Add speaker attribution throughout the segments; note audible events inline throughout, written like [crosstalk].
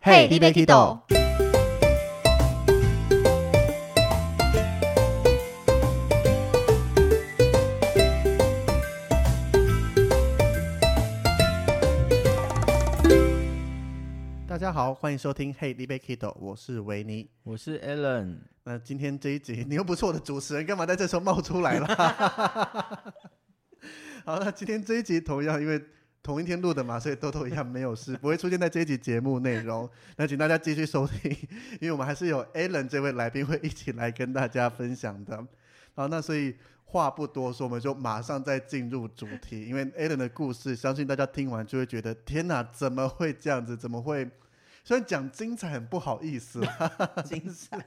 Speaker 1: 嘿你要去倒？
Speaker 2: 大家好，欢迎收听《Hey, l i b e Kido》，我是维尼。
Speaker 3: 我是 Alan，
Speaker 2: 那今天这一集，你又不是我的主持人，干嘛在这时候冒出来啦？ [laughs] 好，那今天这一集同样因为同一天录的嘛，所以豆豆一样没有事，不会出现在这一集节目内容。那请大家继续收听，因为我们还是有 Alan 这位来宾会一起来跟大家分享的。好，那所以话不多说，我们就马上再进入主题，因为 Alan 的故事，相信大家听完就会觉得天哪，怎么会这样子？怎么会？虽然讲精彩很不好意思啦，啊
Speaker 3: 精彩，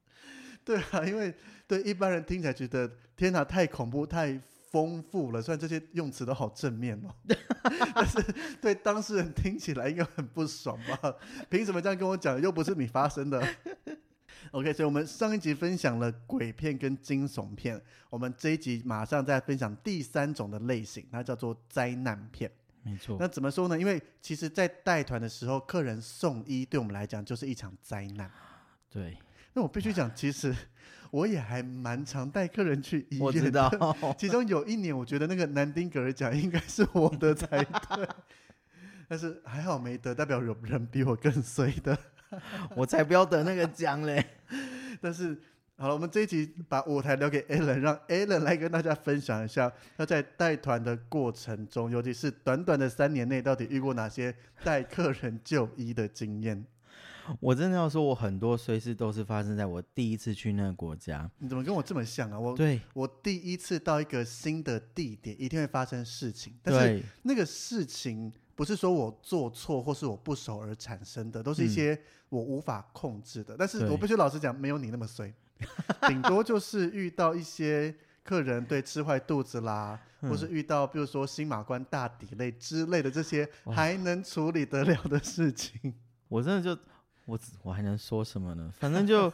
Speaker 2: [laughs] 对啊，因为对一般人听起来觉得天哪，太恐怖、太丰富了。虽然这些用词都好正面哦， [laughs] 但是对当事人听起来应该很不爽吧？ [laughs] 凭什么这样跟我讲？又不是你发生的。OK，所以我们上一集分享了鬼片跟惊悚片，我们这一集马上再分享第三种的类型，它叫做灾难片。
Speaker 3: 没错，
Speaker 2: 那怎么说呢？因为其实，在带团的时候，客人送医对我们来讲就是一场灾难。
Speaker 3: 对，
Speaker 2: 那我必须讲，其实 [laughs] 我也还蛮常带客人去医
Speaker 3: 我知
Speaker 2: 院
Speaker 3: 道 [laughs]
Speaker 2: 的。，其中有一年，我觉得那个南丁格尔奖应该是我的才对， [laughs] 但是还好没得，代表有人比我更衰的。 [laughs]
Speaker 3: 我才不要得那个奖嘞。
Speaker 2: 但是好了，我们这一集把舞台留给 Alan，让 Alan 来跟大家分享一下他在带团的过程中，尤其是短短的三年内，到底遇过哪些带客人就医的经验？
Speaker 3: [laughs]
Speaker 2: [laughs]
Speaker 3: 我真的要说，我很多衰事都是发生在我第一次去那个国家。
Speaker 2: 你怎么跟我这么像啊？我
Speaker 3: 对，
Speaker 2: 我第一次到一个新的地点，一定会发生事情，但是
Speaker 3: 对，
Speaker 2: 那个事情不是说我做错或是我不熟而产生的，都是一些我无法控制的。但是
Speaker 3: 嗯对
Speaker 2: 我必须老实讲，没有你那么衰， [laughs] 顶多就是遇到一些客人对吃坏肚子啦，
Speaker 3: 嗯
Speaker 2: 或是遇到比如说新马关大底类之类的这些
Speaker 3: 哇
Speaker 2: 还能处理得了的事情。
Speaker 3: 我真的就我我还能说什么呢？反正
Speaker 2: [laughs]
Speaker 3: 就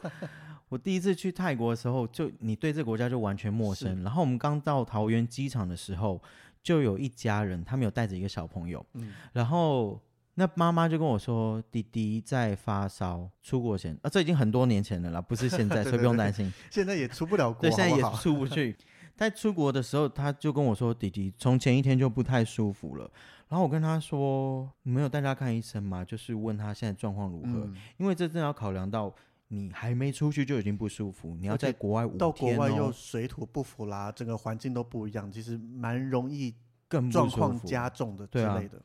Speaker 3: 我第一次去泰国的时候，就你对这个国家就完全陌生。然后我们刚到桃园机场的时候，就有一家人，他们有带着一个小朋友，
Speaker 2: 嗯
Speaker 3: 然后。那妈妈就跟我说，弟弟在发烧，出国前啊，这已经很多年前了啦，不是
Speaker 2: [laughs]
Speaker 3: 现
Speaker 2: 对
Speaker 3: 在，所以
Speaker 2: 对
Speaker 3: 不用
Speaker 2: 对
Speaker 3: 担心。
Speaker 2: 现在也出不了国，
Speaker 3: 对，现在
Speaker 2: 好
Speaker 3: 也
Speaker 2: 不好？
Speaker 3: 出不去。在出国的时候，他就跟我说：“弟弟，从前一天就不太舒服了。”然后我跟他说：“你没有带他看医生吗？就是问他现在状况如何，
Speaker 2: 嗯，
Speaker 3: 因为这真的要考量到你还没出去就已经不舒服，你要
Speaker 2: 而且
Speaker 3: 在国外五天、哦、
Speaker 2: 到国外又水土不服啦，整个环境都不一样，其实蛮容易
Speaker 3: 更不
Speaker 2: 状
Speaker 3: 舒
Speaker 2: 况
Speaker 3: 服
Speaker 2: 加重的之
Speaker 3: 对啊
Speaker 2: 类的。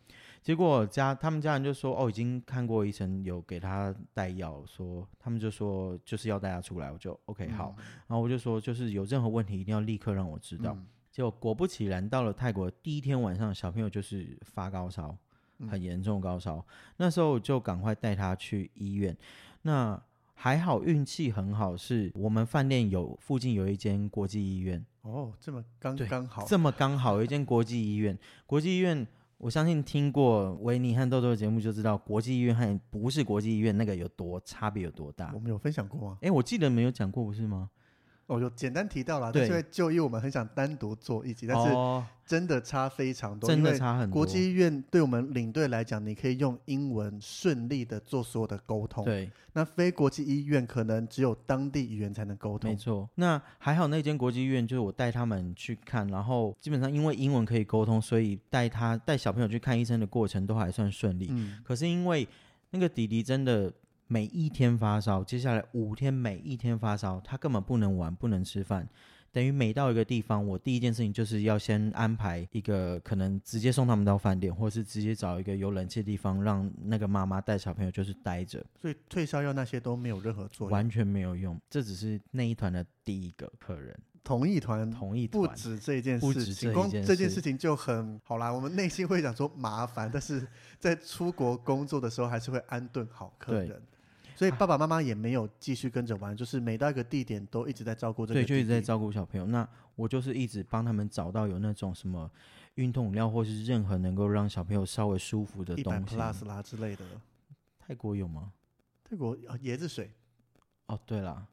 Speaker 3: 结果家他们家人就说：“哦，已经看过医生，有给他带药，说他们就说就是要带他出来。”我就 OK 好，然后我就说就是有任何问题一定要立刻让我知道。结果果不其然，到了泰国第一天晚上，小朋友就是发高烧，很严重的高烧。那时候我就赶快带他去医院。那还好运气很好，是我们饭店有附近有一间国际医院，
Speaker 2: 哦，这么刚
Speaker 3: 对
Speaker 2: 刚好，
Speaker 3: 这么刚好有一间国际医院。国际医院，我相信听过维尼和豆豆的节目就知道，国际医院和不是国际医院那个有多差别有多大
Speaker 2: 我。们有分享过吗？
Speaker 3: 哎，我记得没有讲过，不是吗？
Speaker 2: 我有简单提到了，但是因
Speaker 3: 对
Speaker 2: 为就医我们很想单独做一集，但是
Speaker 3: 哦，
Speaker 2: 真的差非常多，
Speaker 3: 真
Speaker 2: 因
Speaker 3: 的
Speaker 2: 为
Speaker 3: 差很多。
Speaker 2: 国际医院对我们领队来讲，你可以用英文顺利的做所有的沟通。，
Speaker 3: 对，
Speaker 2: 那非国际医院可能只有当地语言才能沟
Speaker 3: 没
Speaker 2: 通。
Speaker 3: 错，那还好那间国际医院就是我带他们去看，然后基本上因为英文可以沟通，所以带他带小朋友去看医生的过程都还算顺利。
Speaker 2: 嗯，
Speaker 3: 可是因为那个弟弟真的每一天发烧，接下来五天每一天发烧，他根本不能玩，不能吃饭。等于每到一个地方，我第一件事情就是要先安排一个可能直接送他们到饭店，或是直接找一个有冷气的地方，让那个妈妈带小朋友就是待着。
Speaker 2: 所以退烧药那些都没有任何作用。
Speaker 3: 完全没有用，这只是那一团的第一个客人，
Speaker 2: 同一团
Speaker 3: 同一
Speaker 2: 不
Speaker 3: 团。
Speaker 2: 止这件
Speaker 3: 不
Speaker 2: 事
Speaker 3: 止
Speaker 2: 情，
Speaker 3: 这
Speaker 2: 光
Speaker 3: 一件
Speaker 2: 这件
Speaker 3: 事
Speaker 2: 事情就很好啦。我们内心会想说麻烦，但是在出国工作的时候，还是会安顿好客
Speaker 3: 对啊
Speaker 2: 人。所以爸爸妈妈也没有继续跟着玩，就是每到一个地点都一直在照顾这个
Speaker 3: 对，
Speaker 2: 弟弟。
Speaker 3: 就一直在照顾小朋友。那我就是一直帮他们找到有那种什么运动饮料，或是任何能够让小朋友稍微舒服的
Speaker 2: 一百
Speaker 3: 东西。
Speaker 2: plus 啦之类的。
Speaker 3: 泰国有吗？
Speaker 2: 泰国呃椰子水，
Speaker 3: 哦，对啦，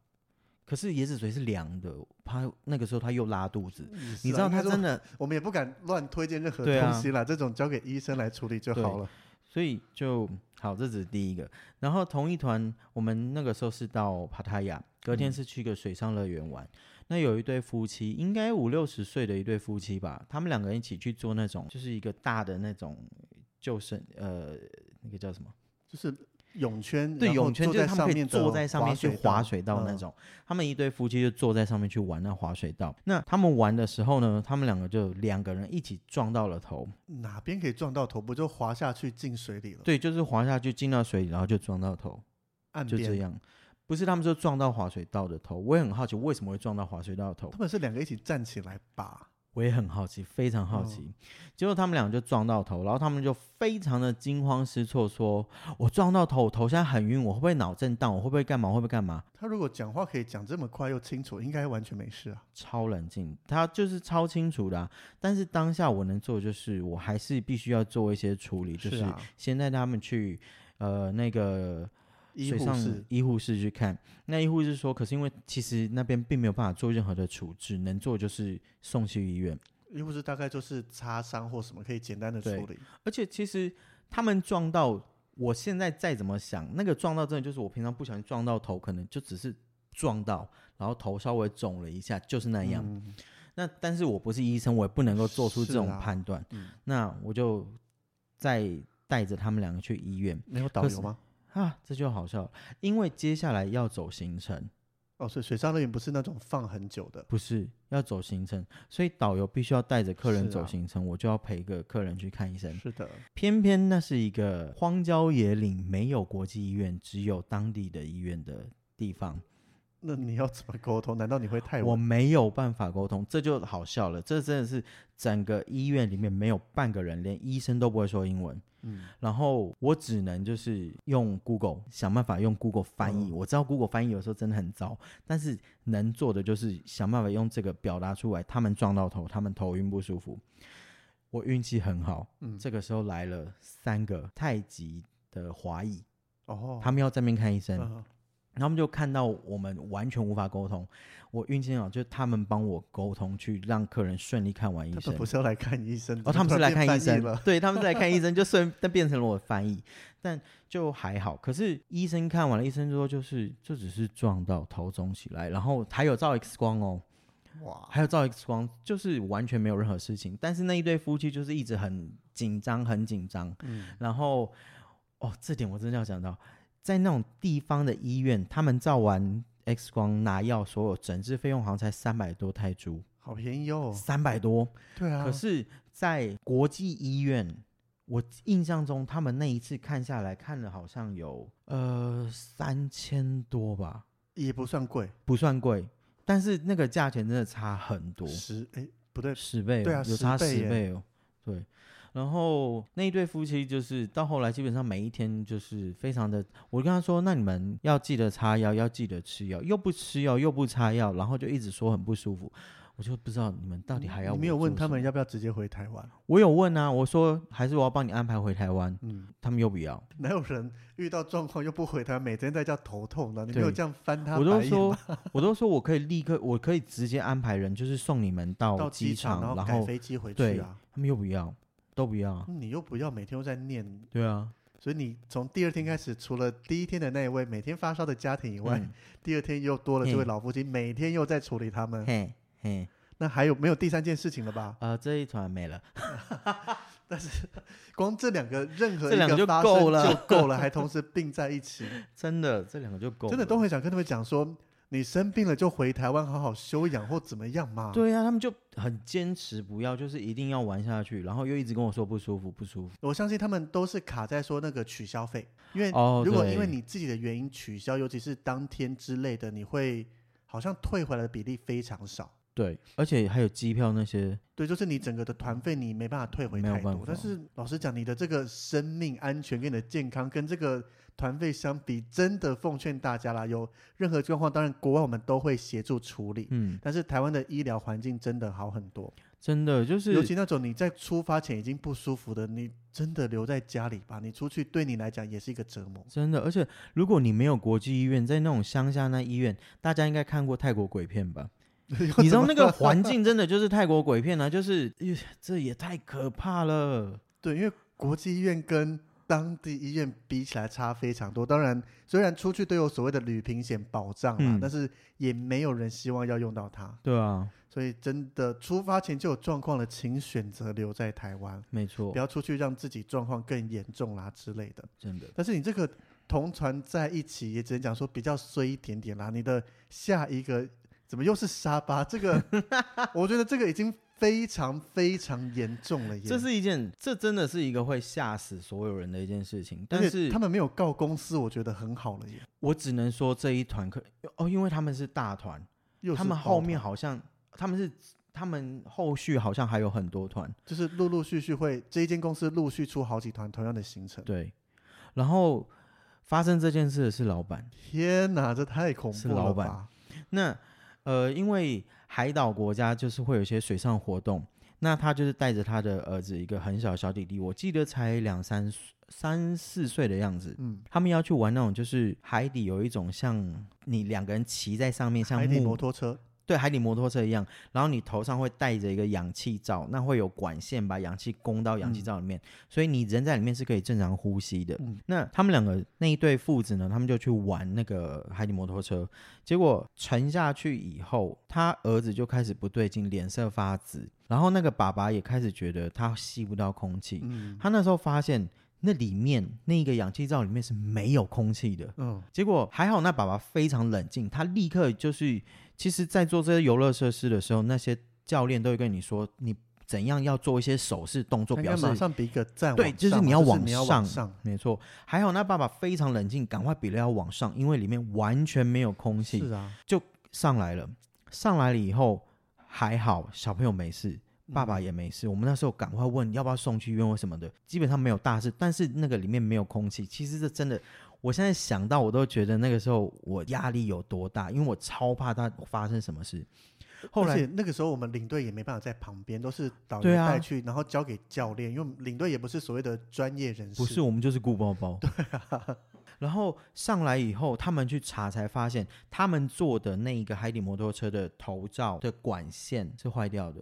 Speaker 3: 可是椰子水是凉的，怕那个时候他又拉肚子，嗯你知道
Speaker 2: 他
Speaker 3: 他真 [laughs] 的，
Speaker 2: 我们也不敢乱推荐任何
Speaker 3: 对啊
Speaker 2: 东西啦，这种交给医生来处理就
Speaker 3: 对
Speaker 2: 好了。
Speaker 3: 所以就好，这只是第一个。然后同一团，我们那个时候是到帕塔亚，隔天是去一个水上乐园玩。那有一对夫妻，应该五六十岁的一对夫妻吧，他们两个人一起去做那种，就是一个大的那种救生，呃，那个叫什么？
Speaker 2: 就是泳圈，
Speaker 3: 对，
Speaker 2: 然后
Speaker 3: 泳圈
Speaker 2: 坐
Speaker 3: 就是
Speaker 2: 在
Speaker 3: 他们
Speaker 2: 上
Speaker 3: 可以
Speaker 2: 面的
Speaker 3: 坐在上面去
Speaker 2: 道
Speaker 3: 滑水道那
Speaker 2: 嗯
Speaker 3: 种，他们一对夫妻就坐在上面去玩那滑水道。那他们玩的时候呢，他们两个就两个人一起撞到了头，
Speaker 2: 哪边可以撞到头，不就滑下去进水里了？
Speaker 3: 对，就是滑下去进到水里，然后就撞到头，
Speaker 2: 岸
Speaker 3: 就这
Speaker 2: 边，
Speaker 3: 样。不是他们说撞到滑水道的头，我也很好奇为什么会撞到滑水道的头
Speaker 2: 他，们是两个一起站起来吧？
Speaker 3: 我也很好奇，非常好
Speaker 2: 哦
Speaker 3: 奇。结果他们俩就撞到头，然后他们就非常的惊慌失措，说：“我撞到头，我头现在很晕，我会不会脑震荡？我会不会干嘛？我会不会干嘛？”
Speaker 2: 他如果讲话可以讲这么快又清楚，应该完全没事啊。
Speaker 3: 超冷静，他就是超清楚的啊、但是当下我能做的就是，我还是必须要做一些处理，就是
Speaker 2: 啊，
Speaker 3: 先带他们去呃那个
Speaker 2: 医
Speaker 3: 水
Speaker 2: 护
Speaker 3: 上
Speaker 2: 士
Speaker 3: 医护室去看。那医护士说，可是因为其实那边并没有办法做任何的处置，能做就是送去医院。
Speaker 2: 医护士大概就是擦伤或什么可以简单的
Speaker 3: 对
Speaker 2: 处理。
Speaker 3: 而且其实他们撞到，我现在再怎么想，那个撞到真的就是我平常不小心撞到头，可能就只是撞到，然后头稍微肿了一下，就是那样。
Speaker 2: 嗯
Speaker 3: 那但是我不是医生，我也不能够做出
Speaker 2: 是
Speaker 3: 这种
Speaker 2: 啊
Speaker 3: 判断。
Speaker 2: 嗯
Speaker 3: 那我就再带着他们两个去医院
Speaker 2: 没有导
Speaker 3: 可
Speaker 2: 游
Speaker 3: 是
Speaker 2: 吗？
Speaker 3: 啊，这就好笑了，因为接下来要走行程，
Speaker 2: 哦，所以水上乐园不是那种放很久的，
Speaker 3: 不是要走行程，所以导游必须要带着客人
Speaker 2: 是
Speaker 3: 走
Speaker 2: 啊
Speaker 3: 行程，我就要陪个客人去看医生。
Speaker 2: 是的，
Speaker 3: 偏偏那是一个荒郊野岭，没有国际医院，只有当地的医院的地方。
Speaker 2: 那你要怎么沟通？难道你会泰
Speaker 3: 我
Speaker 2: 文？
Speaker 3: 没有办法沟通，这就好笑了。这真的是整个医院里面没有半个人，连医生都不会说英文。
Speaker 2: 嗯，
Speaker 3: 然后我只能就是用 Google 想办法用 Google 翻译。
Speaker 2: 嗯
Speaker 3: 我知道 Google 翻译有时候真的很糟，但是能做的就是想办法用这个表达出来。他们撞到头，他们头晕不舒服。我运气很好，
Speaker 2: 嗯
Speaker 3: 这个时候来了三个太极的华裔，
Speaker 2: 哦，
Speaker 3: 他们要在那边看医生。
Speaker 2: 嗯
Speaker 3: 然后他们就看到我们完全无法沟通，我运气很好，就是他们帮我沟通，去让客人顺利看完医
Speaker 2: 他
Speaker 3: 生
Speaker 2: 们不。是要来看医生，
Speaker 3: 哦，
Speaker 2: 怎么
Speaker 3: 他们
Speaker 2: 突
Speaker 3: 是
Speaker 2: 然
Speaker 3: 来看医
Speaker 2: 变翻
Speaker 3: 生
Speaker 2: 译了，
Speaker 3: 对，他们是来看
Speaker 2: [laughs]
Speaker 3: 医生，就顺但变成了我的翻译，但就还好。可是医生看完了，医生说就是就只是撞到头肿起来，然后还有照 X 光哦，
Speaker 2: 哇，
Speaker 3: 还有照 X 光，就是完全没有任何事情。但是那一对夫妻就是一直很紧张，很紧张。
Speaker 2: 嗯，
Speaker 3: 然后哦，这点我真的要讲到，在那种地方的医院，他们照完 X 光拿药，所有诊治费用好像才三百多泰铢，
Speaker 2: 好便宜哦，
Speaker 3: 三百多。
Speaker 2: 对啊，
Speaker 3: 可是，在国际医院，我印象中他们那一次看下来，看了好像有呃三千多吧，
Speaker 2: 也不算贵，
Speaker 3: 不算贵，但是那个价钱真的差很多，
Speaker 2: 十哎不对，
Speaker 3: 十倍、哦，
Speaker 2: 对啊
Speaker 3: 有差
Speaker 2: 10倍
Speaker 3: 十
Speaker 2: 耶
Speaker 3: 倍哦，对。然后那一对夫妻就是到后来基本上每一天就是非常的，我跟他说，那你们要记得擦药，要记得吃药，又不吃药又不擦药，然后就一直说很不舒服，我就不知道你们到底还要
Speaker 2: 你没有
Speaker 3: 我
Speaker 2: 问
Speaker 3: 做
Speaker 2: 他
Speaker 3: 什么
Speaker 2: 们要不要直接回台湾？
Speaker 3: 我有问啊，我说还是我要帮你安排回台湾，
Speaker 2: 嗯，
Speaker 3: 他们又不要，
Speaker 2: [laughs] 哪有人遇到状况又不回台湾，每天在家头痛的？你没有
Speaker 3: 对
Speaker 2: 这样翻他
Speaker 3: 我
Speaker 2: 白
Speaker 3: 都
Speaker 2: 眼
Speaker 3: 说
Speaker 2: 吗
Speaker 3: 我都说我可以立刻，我可以直接安排人，就是送你们到
Speaker 2: 到
Speaker 3: 机
Speaker 2: 机
Speaker 3: 场，
Speaker 2: 然
Speaker 3: 然
Speaker 2: 改
Speaker 3: 后
Speaker 2: 飞嗯机回
Speaker 3: 对
Speaker 2: 去啊，
Speaker 3: 他们又不要，都不要啊，
Speaker 2: 你又不要每天都在念。
Speaker 3: 对啊，
Speaker 2: 所以你从第二天开始，除了第一天的那一位每天发烧的家庭以外，
Speaker 3: 嗯
Speaker 2: 第二天又多了这位
Speaker 3: 嘿
Speaker 2: 老父亲，每天又在处理他们。
Speaker 3: 嘿嘿，
Speaker 2: 那还有没有第三件事情了吧？ [laughs]
Speaker 3: 呃，这一团没了，
Speaker 2: 光这两个任何
Speaker 3: 这
Speaker 2: 一
Speaker 3: 两个就
Speaker 2: 个发
Speaker 3: 够
Speaker 2: 生
Speaker 3: 了
Speaker 2: 就够
Speaker 3: [laughs]
Speaker 2: 了，还同时并在一起，
Speaker 3: 真的这两个就够了，
Speaker 2: 真的都很想跟他们讲说，你生病了就回台湾好好休养或怎么样嘛。
Speaker 3: 对啊，他们就很坚持不要，就是一定要玩下去，然后又一直跟我说不舒服不舒服，
Speaker 2: 我相信他们都是卡在说那个取消费，因为
Speaker 3: 哦
Speaker 2: 如果
Speaker 3: 对
Speaker 2: 因为你自己的原因取消，尤其是当天之类的，你会好像退回来的比例非常少。
Speaker 3: 对，而且还有机票那些，
Speaker 2: 对，就是你整个的团费你没办法退回
Speaker 3: 没有
Speaker 2: 太
Speaker 3: 办
Speaker 2: 多
Speaker 3: 法，
Speaker 2: 但是老实讲，你的这个生命安全跟你的健康跟这个团费相比，真的奉劝大家啦，有任何状况，当然国外我们都会协助处理，
Speaker 3: 嗯，
Speaker 2: 但是台湾的医疗环境真的好很多，
Speaker 3: 真的就是
Speaker 2: 尤其那种你在出发前已经不舒服的，你真的留在家里吧，你出去对你来讲也是一个折
Speaker 3: [laughs]
Speaker 2: 磨。
Speaker 3: 真的，而且如果你没有国际医院，在那种乡下那医院，大家应该看过泰国鬼片
Speaker 2: [laughs]
Speaker 3: 吧？你知道那个环境真的就是泰国鬼片啊，就是，哎呦这也太可怕了。
Speaker 2: 对，因为国际医院跟当地医院比起来差非常多。当然，虽然出去都有所谓的旅平险保障啦，
Speaker 3: 嗯
Speaker 2: 但是也没有人希望要用到它。
Speaker 3: 对啊，
Speaker 2: 所以真的出发前就有状况的，请选择留在台湾，
Speaker 3: 没错
Speaker 2: 不，要出去让自己状况更严重啦之类的。
Speaker 3: 真的，
Speaker 2: 但是你这个同船在一起，也只能讲说比较衰一点点啦。你的下一个怎么又是沙巴？这
Speaker 3: [laughs]
Speaker 2: 个我觉得这个已经非常非常严重了耶。
Speaker 3: 这是一件，这真的是一个会吓死所有人的一件事情。
Speaker 2: 而
Speaker 3: 但
Speaker 2: 且
Speaker 3: 是
Speaker 2: 他们没有告公司，我觉得很好了耶。
Speaker 3: 我只能说这一团可哦，因为他们是大团，
Speaker 2: 又是
Speaker 3: 他们
Speaker 2: 爆
Speaker 3: 后面
Speaker 2: 团
Speaker 3: 好像他们是他们后续好像还有很多团，
Speaker 2: 就是陆陆续续会这一间公司陆续出好几团同样的行程。
Speaker 3: 对，然后发生这件事的是老板，
Speaker 2: 天哪，这太恐
Speaker 3: 是
Speaker 2: 怖了
Speaker 3: 老板
Speaker 2: 吧！
Speaker 3: 那呃，因为海岛国家就是会有一些水上活动，那他就是带着他的儿子一个很小的小弟弟，我记得才两三岁三四岁的样子，
Speaker 2: 嗯，
Speaker 3: 他们要去玩那种就是海底有一种像你两个人骑在上面像
Speaker 2: 海底摩
Speaker 3: 木
Speaker 2: 托车，
Speaker 3: 对海底摩托车一样，然后你头上会戴着一个氧气罩，那会有管线把氧气供到氧气罩里面，所以你人在里面是可以正常呼吸的。
Speaker 2: 嗯
Speaker 3: 那他们两个那一对父子呢，他们就去玩那个海底摩托车，结果沉下去以后，他儿子就开始不对劲，脸色发紫，然后那个爸爸也开始觉得他吸不到空气，
Speaker 2: 嗯
Speaker 3: 他那时候发现那里面那个氧气罩里面是没有空气的，
Speaker 2: 嗯，
Speaker 3: 结果还好，那爸爸非常冷静，他立刻就是，其实，在做这些游乐设施的时候，那些教练都会跟你说，你怎样要做一些手势动作
Speaker 2: 他应
Speaker 3: 表
Speaker 2: 该
Speaker 3: 示
Speaker 2: 哎哦马。上比个赞往上嘛，
Speaker 3: 对就是你要往
Speaker 2: 你要
Speaker 3: 上
Speaker 2: 往上，
Speaker 3: 没错，还好那爸爸非常冷静，赶快比了要往上，因为里面完全没有空气
Speaker 2: 是，啊，
Speaker 3: 上来了，上来了以后还好，小朋友没事，爸爸
Speaker 2: 嗯
Speaker 3: 也没事。我们那时候赶快问要不要送去医院或什么的，基本上没有大事，但是那个里面没有空气。其实这真的，我现在想到我都觉得那个时候我压力有多大，因为我超怕他发生什么事。后
Speaker 2: 而且
Speaker 3: 来
Speaker 2: 那个时候我们领队也没办法在旁边，都是导游
Speaker 3: 对啊
Speaker 2: 带去，然后交给教练，因为我们领队也不是所谓的专业人士，
Speaker 3: 不是我们就是顾包包，对啊。然后上来以后，他们去查才发现，他们做的那一个海底摩托车的头罩的管线是坏掉的，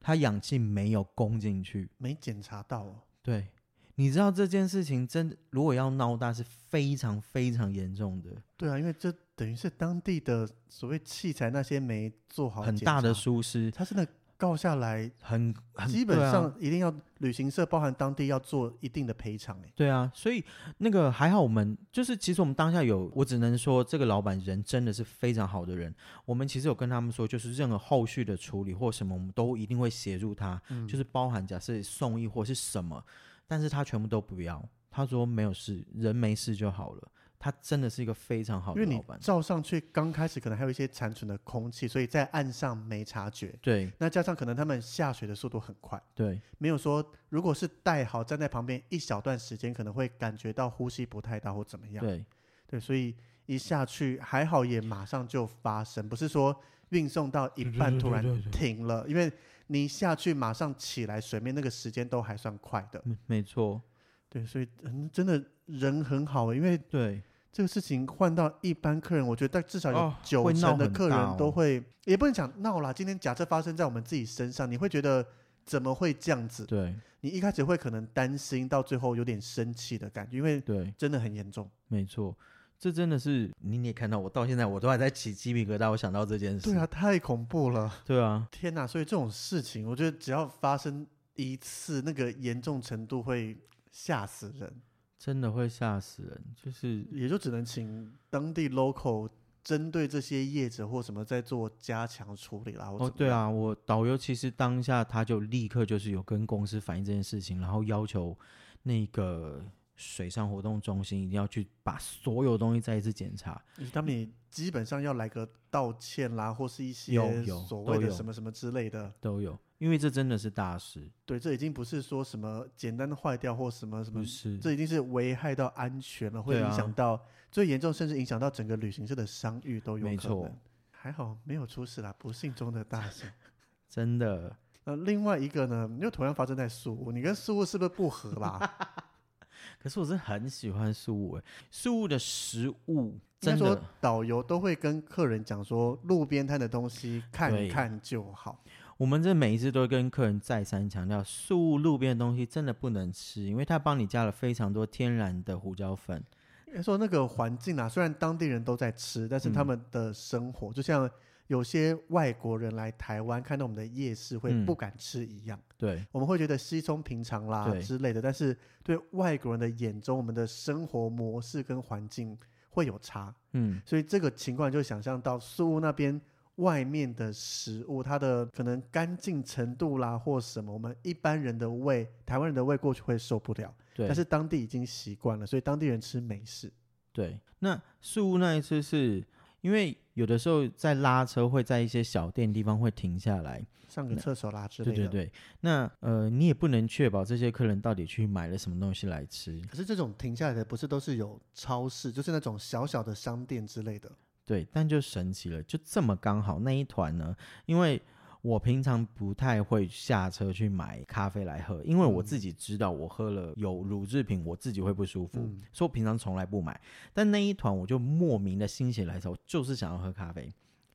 Speaker 3: 它氧气没有供进去。
Speaker 2: 没检查到、哦，
Speaker 3: 对，你知道这件事情真的如果要闹大是非常非常严重的，
Speaker 2: 对啊，因为这等于是当地的所谓器材那些没做好
Speaker 3: 很
Speaker 2: 检
Speaker 3: 大的
Speaker 2: 查，
Speaker 3: 疏失，
Speaker 2: 他真的告下来，
Speaker 3: 很很
Speaker 2: 基本
Speaker 3: 对啊
Speaker 2: 上一定要旅行社包含当地要做一定的赔偿、欸，
Speaker 3: 对啊，所以那个还好，我们就是其实我们当下有，我只能说这个老板人真的是非常好的人。我们其实有跟他们说，就是任何后续的处理或什么，我们都一定会协助他，
Speaker 2: 嗯
Speaker 3: 就是包含假设送医或是什么，但是他全部都不要。他说没有事，人没事就好了。他真的是一个非常好
Speaker 2: 因
Speaker 3: 的
Speaker 2: 为
Speaker 3: 哦老
Speaker 2: 你
Speaker 3: 板。
Speaker 2: 照上去刚开始可能还有一些残存的空气，所以在岸上没察觉。
Speaker 3: 对
Speaker 2: 那加上可能他们下水的速度很快，
Speaker 3: 对，
Speaker 2: 没有说如果是带好站在旁边一小段时间，可能会感觉到呼吸不太到或怎么样。
Speaker 3: 对，
Speaker 2: 对所以一下去还好也马上就发生，不是说运送到一半突然停了，因为你一下去马上起来，水面那个时间都还算快的。
Speaker 3: 嗯没没错，
Speaker 2: 对，所以嗯，真的人很好，欸因为
Speaker 3: 对，
Speaker 2: 这个事情换到一般客人，我觉得至少有
Speaker 3: 哦
Speaker 2: 九
Speaker 3: 会闹
Speaker 2: 成的
Speaker 3: 很
Speaker 2: 客
Speaker 3: 大
Speaker 2: 人都
Speaker 3: 哦
Speaker 2: 会，也不能讲闹啦。今天假设发生在我们自己身上，你会觉得怎么会这样子？
Speaker 3: 对，
Speaker 2: 你一开始会可能担心，到最后有点生气的感觉，因为
Speaker 3: 对，
Speaker 2: 真的很严重。
Speaker 3: 没错，这真的是你你也看到，我到现在我都还在起鸡皮疙瘩，我想到这件事。
Speaker 2: 对啊，，太恐怖了！
Speaker 3: 对啊，
Speaker 2: 天哪，所以这种事情，我觉得只要发生一次，那个严重程度会吓死人，
Speaker 3: 真的会吓死人，就是
Speaker 2: 也就只能请当地 local 针对这些业者或什么在做加强处理啦。或
Speaker 3: 哦，
Speaker 2: 怎么
Speaker 3: 对
Speaker 2: 样，
Speaker 3: 啊，我导游其实当下他就立刻就是有跟公司反映这件事情，然后要求那个水上活动中心一定要去把所有东西再一次检查。
Speaker 2: 他们也基本上要来个道歉啦，或是一些
Speaker 3: 有有
Speaker 2: 所
Speaker 3: 都
Speaker 2: 谓的
Speaker 3: 有
Speaker 2: 什么什么之类的。
Speaker 3: 都有，因为这真的是大事，
Speaker 2: 对，这已经不是说什么简单的坏掉或什么什么
Speaker 3: 不是？
Speaker 2: 这已经是危害到安全了，会
Speaker 3: 对啊
Speaker 2: 影响到、最严重，甚至影响到整个旅行社的商誉都有
Speaker 3: 没
Speaker 2: 可
Speaker 3: 错
Speaker 2: 能。还好没有出事啦，不幸中的大幸。 [laughs]
Speaker 3: 真的，
Speaker 2: 那另外一个呢，又同样发生在宿务，你跟宿务是不是不合
Speaker 3: [laughs]
Speaker 2: 啦？
Speaker 3: 可是我是很喜欢素物诶，素物的食物
Speaker 2: 应该
Speaker 3: 真
Speaker 2: 说
Speaker 3: 的，
Speaker 2: 导游都会跟客人讲说，路边摊的东西看
Speaker 3: 对
Speaker 2: 看就好。
Speaker 3: 我们这每一次都会跟客人再三强调，素路边的东西真的不能吃，因为它帮你加了非常多天然的胡椒粉。
Speaker 2: 应该说那个环境啊，虽然当地人都在吃，但是他
Speaker 3: 嗯
Speaker 2: 们的生活、就像有些外国人来台湾看到我们的夜市会
Speaker 3: 嗯
Speaker 2: 不敢吃一样，
Speaker 3: 对，
Speaker 2: 我们会觉得稀松平常啦
Speaker 3: 对
Speaker 2: 之类的。但是对外国人的眼中，我们的生活模式跟环境会有差，
Speaker 3: 嗯，
Speaker 2: 所以这个情况就想象到苏屋那边。外面的食物，它的可能干净程度啦，或什么，我们一般人的胃，台湾人的胃过去会受不了，
Speaker 3: 对。
Speaker 2: 但是当地已经习惯了，所以当地人吃美式。
Speaker 3: 对，那树屋那一次是因为有的时候在拉车会在一些小店地方会停下来，
Speaker 2: 上个厕所啦之类
Speaker 3: 对
Speaker 2: 的。
Speaker 3: 对
Speaker 2: 对。
Speaker 3: 对。那呃，你也不能确保这些客人到底去买了什么东西来吃，
Speaker 2: 可是这种停下来的不是都是有超市，就是那种小小的商店之类的。
Speaker 3: 对。但就神奇了，就这么刚好那一团呢，因为。我平常不太会下车去买咖啡来喝，因为我
Speaker 2: 嗯
Speaker 3: 自己知道我喝了有乳制品，我自己会不舒服，
Speaker 2: 嗯
Speaker 3: 所以我平常从来不买。但那一团我就莫名的心血来潮，就是想要喝咖啡。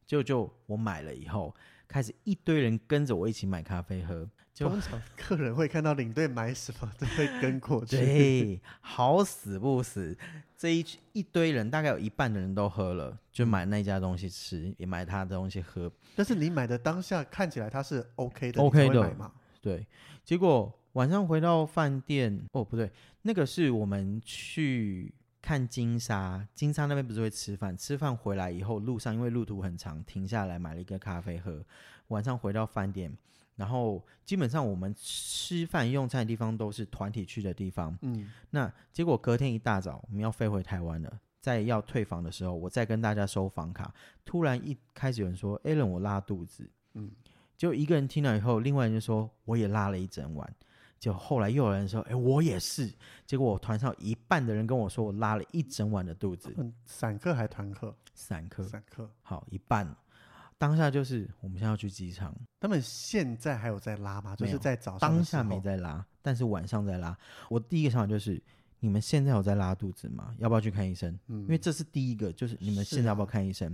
Speaker 3: 结果就我买了以后，开始一堆人跟着我一起买咖啡喝，就
Speaker 2: 通常客人会看到领队买什么，都会跟过去。
Speaker 3: 对，好死不死，这一群一堆人大概有一半的人都喝了，
Speaker 2: 嗯
Speaker 3: 就买那家东西吃，也买他的东西喝。
Speaker 2: 但是你买的当下看起来它是 OK 的
Speaker 3: OK
Speaker 2: 你才会
Speaker 3: 的
Speaker 2: 买嘛？
Speaker 3: 对，结果晚上回到饭店，哦不对，那个是我们去看金沙，金沙那边不是会吃饭，吃饭回来以后路上因为路途很长，停下来买了一个咖啡喝，晚上回到饭店。然后基本上我们吃饭用餐的地方都是团体去的地方，
Speaker 2: 嗯，
Speaker 3: 那结果隔天一大早，我们要飞回台湾了，在要退房的时候，我再跟大家收房卡，突然一开始有人说 a l a n 我拉肚子。”
Speaker 2: 嗯
Speaker 3: 嗯，就一个人听了以后，另外一个人就说：“我也拉了一整晚。”就后来又有人说：“哎、我也是。”结果我团上一半的人跟我说：“我拉了一整晚的肚子。
Speaker 2: 嗯，散客还团客？”
Speaker 3: 散客，
Speaker 2: 散客。
Speaker 3: 好一半。当下就是我们现在要去机场，
Speaker 2: 他们现在还有在拉吗？就
Speaker 3: 没
Speaker 2: 是
Speaker 3: 有
Speaker 2: 在早上的
Speaker 3: 当
Speaker 2: 时
Speaker 3: 下没
Speaker 2: 候
Speaker 3: 在拉，但是晚上在拉。我第一个想法就是：你们现在有在拉肚子吗？要不要去看医生？
Speaker 2: 嗯，
Speaker 3: 因为这是第一个，就是你们
Speaker 2: 是
Speaker 3: 现在要不要
Speaker 2: 啊
Speaker 3: 看医生？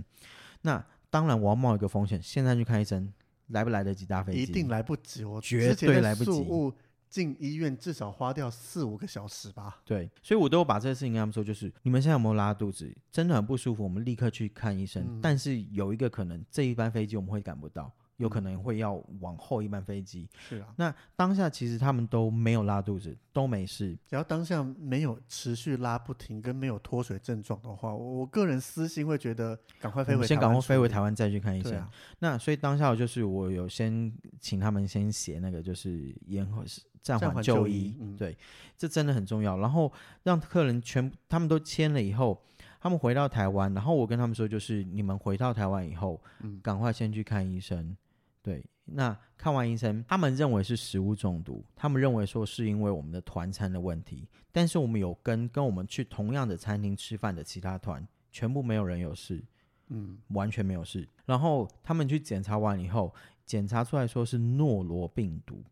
Speaker 3: 那当然，我要冒一个风险，现在去看医生，来不来得及搭飞机？
Speaker 2: 一定来不及。我
Speaker 3: 绝
Speaker 2: 之前
Speaker 3: 对
Speaker 2: 在
Speaker 3: 来不及
Speaker 2: 宿务进医院至少花掉四五个小时吧。
Speaker 3: 对，所以我都有把这个事情跟他们说，就是你们现在有没有拉肚子？真的很不舒服，我们立刻去看医生。
Speaker 2: 嗯
Speaker 3: 但是有一个可能，这一班飞机我们会赶不到，
Speaker 2: 嗯
Speaker 3: 有可能会要往后一班飞机。
Speaker 2: 是啊，
Speaker 3: 那当下其实他们都没有拉肚子，都没事。
Speaker 2: 只要当下没有持续拉不停跟没有脱水症状的话，我我个人私心会觉得赶快飞回
Speaker 3: 我们先赶快飞回
Speaker 2: 湾
Speaker 3: 台湾再去看医
Speaker 2: 处理。
Speaker 3: 生。
Speaker 2: 对啊，
Speaker 3: 那所以当下就是我有先请他们先写那个就是延后是暂
Speaker 2: 暂
Speaker 3: 缓
Speaker 2: 缓
Speaker 3: 就
Speaker 2: 就
Speaker 3: 医
Speaker 2: 医，嗯
Speaker 3: 对，这真的很重要。然后让客人全部他们都签了以后，他们回到台湾，然后我跟他们说就是你们回到台湾以后，
Speaker 2: 嗯
Speaker 3: 赶快先去看医生，对。那看完医生，他们认为是食物中毒，他们认为说是因为我们的团餐的问题，但是我们有跟跟我们去同样的餐厅吃饭的其他团，全部没有人有事，
Speaker 2: 嗯，
Speaker 3: 完全没有事。然后他们去检查完以后，检查出来说是诺罗病毒。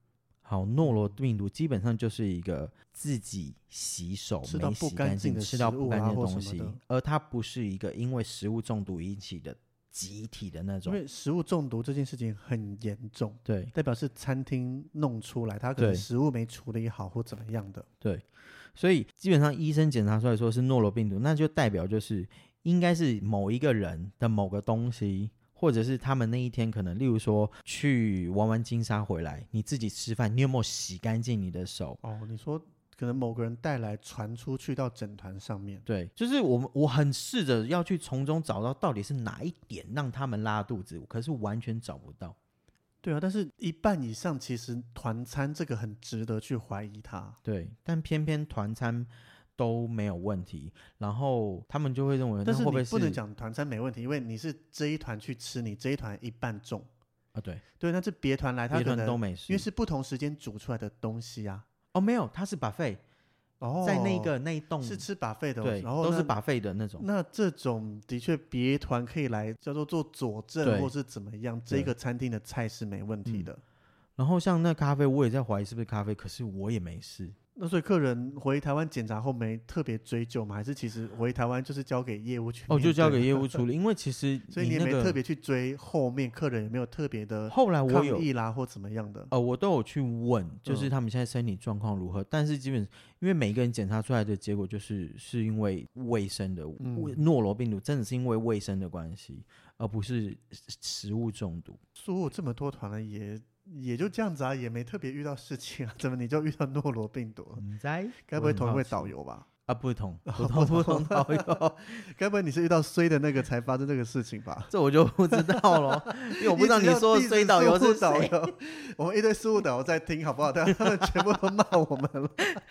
Speaker 3: 好，诺罗病毒基本上就是一个自己洗手
Speaker 2: 吃到
Speaker 3: 没
Speaker 2: 不
Speaker 3: 洗干
Speaker 2: 干净的
Speaker 3: 净，吃到
Speaker 2: 食
Speaker 3: 不
Speaker 2: 物
Speaker 3: 干
Speaker 2: 啊
Speaker 3: 净的
Speaker 2: 或
Speaker 3: 东
Speaker 2: 什么
Speaker 3: 西
Speaker 2: 的，
Speaker 3: 而它不是一个因为食物中毒引起的集体的那
Speaker 2: 因
Speaker 3: 种。
Speaker 2: 为食物中毒这件事情很严重，
Speaker 3: 对
Speaker 2: 代表是餐厅弄出来，它可能
Speaker 3: 对
Speaker 2: 食物没处理好或怎么样的。
Speaker 3: 对，所以基本上医生检查出来说是诺罗病毒，那就代表就是应该是某一个人的某个东西，或者是他们那一天可能，例如说去玩完金沙回来，你自己吃饭，你有没有洗干净你的手？
Speaker 2: 哦，你说可能某个人带来传出去到整团上面，
Speaker 3: 对，就是我们我很试着要去从中找到到底是哪一点让他们拉肚子，可是完全找不到。
Speaker 2: 对啊，但是一半以上其实团餐这个很值得去怀疑它。
Speaker 3: 对，但偏偏团餐都没有问题，然后他们就会认为，
Speaker 2: 但是
Speaker 3: 那会
Speaker 2: 你
Speaker 3: 不会
Speaker 2: 不能讲团餐没问题，因为你是这一团去吃，你这一团一半中。
Speaker 3: 啊？对，
Speaker 2: 对，那是别团来，他
Speaker 3: 别
Speaker 2: 可
Speaker 3: 团
Speaker 2: 能
Speaker 3: 都没事，
Speaker 2: 因为是不同时间煮出来的东西啊。
Speaker 3: 哦，没有，他是把肺。
Speaker 2: 哦，
Speaker 3: 在那个那一栋
Speaker 2: 是吃把费的哦，
Speaker 3: 嗯对，
Speaker 2: 然后
Speaker 3: 都是
Speaker 2: 那
Speaker 3: 把费的那种。
Speaker 2: 那这种的确别团可以来叫做做佐证
Speaker 3: 对
Speaker 2: 或是怎么样，
Speaker 3: 对嗯
Speaker 2: 这个餐厅的菜是没问题的。
Speaker 3: 然后像那咖啡，我也在怀疑是不是咖啡，可是我也没事。
Speaker 2: 那所以客人回台湾检查后没特别追究吗？还是其实回台湾就是交给业务去？
Speaker 3: 哦，就交给业务。处理，因为其实
Speaker 2: [laughs] 所以你也
Speaker 3: 那
Speaker 2: 没
Speaker 3: 个
Speaker 2: 特别去追后面客人有没有特别的
Speaker 3: 后来我
Speaker 2: 抗
Speaker 3: 有
Speaker 2: 议啦或怎么样的？
Speaker 3: 呃，我都有去问，就是
Speaker 2: 嗯
Speaker 3: 他们现在身体状况如何，但是基本因为每一个人检查出来的结果就是是因为卫生的
Speaker 2: 嗯
Speaker 3: 胃诺罗病毒，真的是因为卫生的关系，而不是食食物中毒。
Speaker 2: 说我这么多团了也。也就这样子啊，也没特别遇到事情啊， [laughs] 怎么你就遇到诺罗病毒了？
Speaker 3: 你在
Speaker 2: 该不会同一位导游
Speaker 3: [laughs]
Speaker 2: 吧？
Speaker 3: 啊？
Speaker 2: [laughs]
Speaker 3: 不同，不同，不同导游，
Speaker 2: 该不会你是遇到衰的那个才发生这个事情吧？
Speaker 3: 这我就不知道了，因为我不知道你说的追导游是
Speaker 2: 导
Speaker 3: 谁。
Speaker 2: 游，我们一堆事务导游在听，好不好？但他们全部都骂我们了。 [laughs]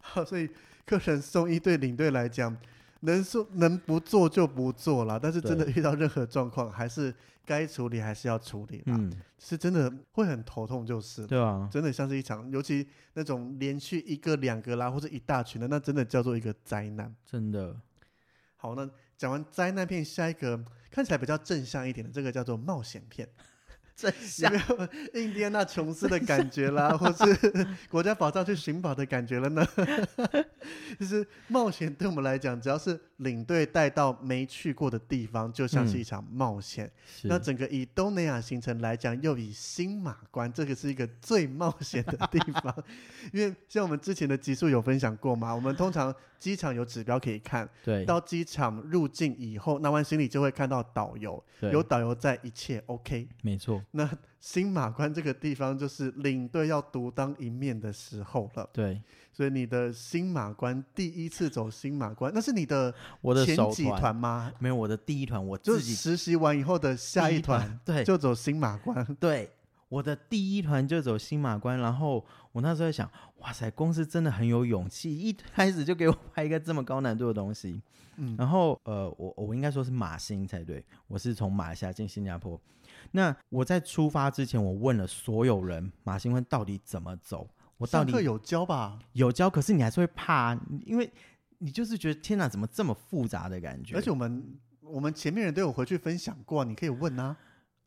Speaker 2: 好，所以客人送医对领队来讲，能说能不做就不做啦。但是真的遇到任何状况，还是该处理还是要处理啦。
Speaker 3: [laughs] 嗯，
Speaker 2: 是真的会很头痛，就是了
Speaker 3: 对啊，
Speaker 2: 真的像是一场，尤其那种连续一个、两个啦，或者一大群的，那真的叫做一个灾难。
Speaker 3: 真的，
Speaker 2: 好，那讲完灾难片，下一个看起来比较正向一点的，这个叫做冒险片。
Speaker 3: 真
Speaker 2: 有
Speaker 3: 相
Speaker 2: 没有印第安纳琼斯的感觉啦，或是国家宝藏去寻宝的感觉了呢？ [laughs] 就是冒险对我们来讲，只要是领队带到没去过的地方，就像是一场冒险。
Speaker 3: 是
Speaker 2: 那整个以东南亚行程来讲，又以新马关这个是一个最冒险的地方， [laughs] 因为像我们之前的集数有分享过嘛，我们通常机场有指标可以看，
Speaker 3: 对
Speaker 2: 到机场入境以后，那湾行李就会看到导游，有
Speaker 3: 对，
Speaker 2: 导游在，一切 OK。
Speaker 3: 没错，
Speaker 2: 那新马关这个地方，就是领队要独当一面的时候了。
Speaker 3: 对
Speaker 2: 所以你的新马关第一次走新马关，那是你的
Speaker 3: 我的
Speaker 2: 前
Speaker 3: 手
Speaker 2: 几
Speaker 3: 团
Speaker 2: 团吗？
Speaker 3: 没有我的第一团，我
Speaker 2: 就
Speaker 3: 自
Speaker 2: 是
Speaker 3: 己
Speaker 2: 实习完以后的下
Speaker 3: 第
Speaker 2: 一
Speaker 3: 一
Speaker 2: 团，
Speaker 3: 对
Speaker 2: 就走新马关。
Speaker 3: 对，我的第一团就走新马关，然后我那时候在想，哇塞，公司真的很有勇气，一开始就给我 [laughs] 拍一个这么高难度的东西。
Speaker 2: 嗯
Speaker 3: 然后呃，我我应该说是马新才对，我是从马来西亚进新加坡。那我在出发之前，我问了所有人马新关到底怎么走， [laughs] 我到
Speaker 2: 上
Speaker 3: 底
Speaker 2: 课有教吧？
Speaker 3: 有教，可是你还是会怕，因为你就是觉得天哪，怎么这么复杂的感觉？
Speaker 2: 而且我们我们前面人都有回去分享过，你可以问啊。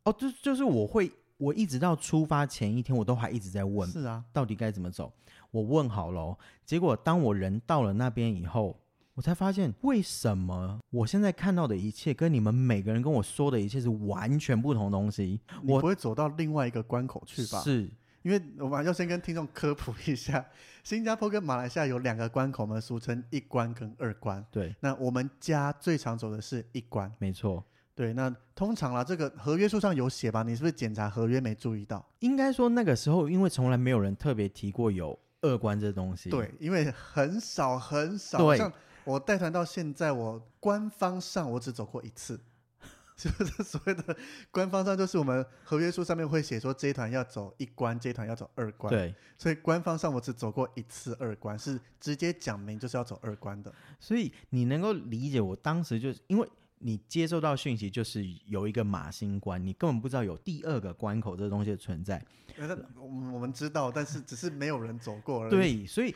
Speaker 3: 哦，就就是我会，我一直到出发前一天，我都还一直在问，
Speaker 2: 是啊，
Speaker 3: 到底该怎么走？我问好了哦，结果当我人到了那边以后，我才发现为什么我现在看到的一切跟你们每个人跟我说的一切是完全不同的东西。
Speaker 2: 你
Speaker 3: 我
Speaker 2: 不会走到另外一个关口去吧？
Speaker 3: 是，
Speaker 2: 因为我们要先跟听众科普一下， [laughs] 新加坡跟马来西亚有两个关口，我们俗称一关跟二关。
Speaker 3: 对，
Speaker 2: 那我们家最常走的是一关，
Speaker 3: 没错。
Speaker 2: 对。那通常啦，这个合约书上有写吧？你是不是检查合约没注意到？
Speaker 3: 应该说那个时候，因为从来没有人特别提过有二关这东西。
Speaker 2: 对，因为很少很少，
Speaker 3: 对
Speaker 2: 像我带团到现在，我官方上我只走过一次。 [laughs] 是不是所谓的官方上就是我们合约书上面会写说这一团要走一关，这一团要走二关。，
Speaker 3: 对，
Speaker 2: 所以官方上我只走过一次二关，是直接讲明就是要走二关的。
Speaker 3: 所以你能够理解我当时就是因为你接收到讯息，就是有一个马新关，你根本不知道有第二个关口这东西的存在。
Speaker 2: 呃那我们我们知道，但是只是没有人走过而已。
Speaker 3: 对，所以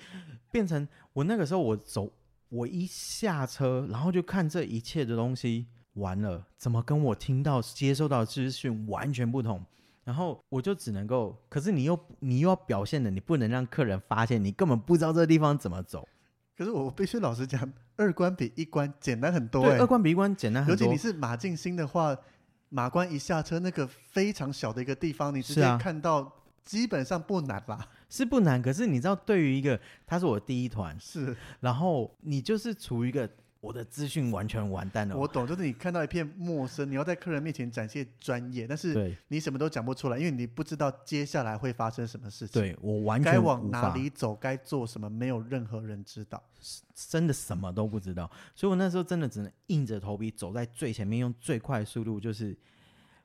Speaker 3: 变成我那个时候我走，我一下车，然后就看这一切的东西，完了，怎么跟我听到接收到的资讯完全不同？然后我就只能够，可是你又你又要表现的，你不能让客人发现你根本不知道这个地方怎么走。
Speaker 2: 可是我必须老实讲，二关比一关简单很多、
Speaker 3: 对，
Speaker 2: 欸。
Speaker 3: 二关比一关简单
Speaker 2: 尤
Speaker 3: 很
Speaker 2: 其
Speaker 3: 多
Speaker 2: 你。是马进新的话，马关一下车那个非常小的一个地方，你直
Speaker 3: 是
Speaker 2: 接
Speaker 3: 啊
Speaker 2: 看到，基本上不难啦。
Speaker 3: 是不难，可是你知道，对于一个他是我第一团，
Speaker 2: 是
Speaker 3: 然后你就是处于一个我的资讯完全完蛋了，
Speaker 2: 我懂，就是你看到一片陌生，你要在客人面前展现专业，但是
Speaker 3: 对
Speaker 2: 你什么都讲不出来，因为你不知道接下来会发生什么事情。
Speaker 3: 对我完
Speaker 2: 该
Speaker 3: 全
Speaker 2: 往
Speaker 3: 无
Speaker 2: 哪
Speaker 3: 法
Speaker 2: 里走，该做什么，没有任何人知道。
Speaker 3: 真的什么都不知道，所以我那时候真的只能硬着头皮走在最前面，用最快的速度，就是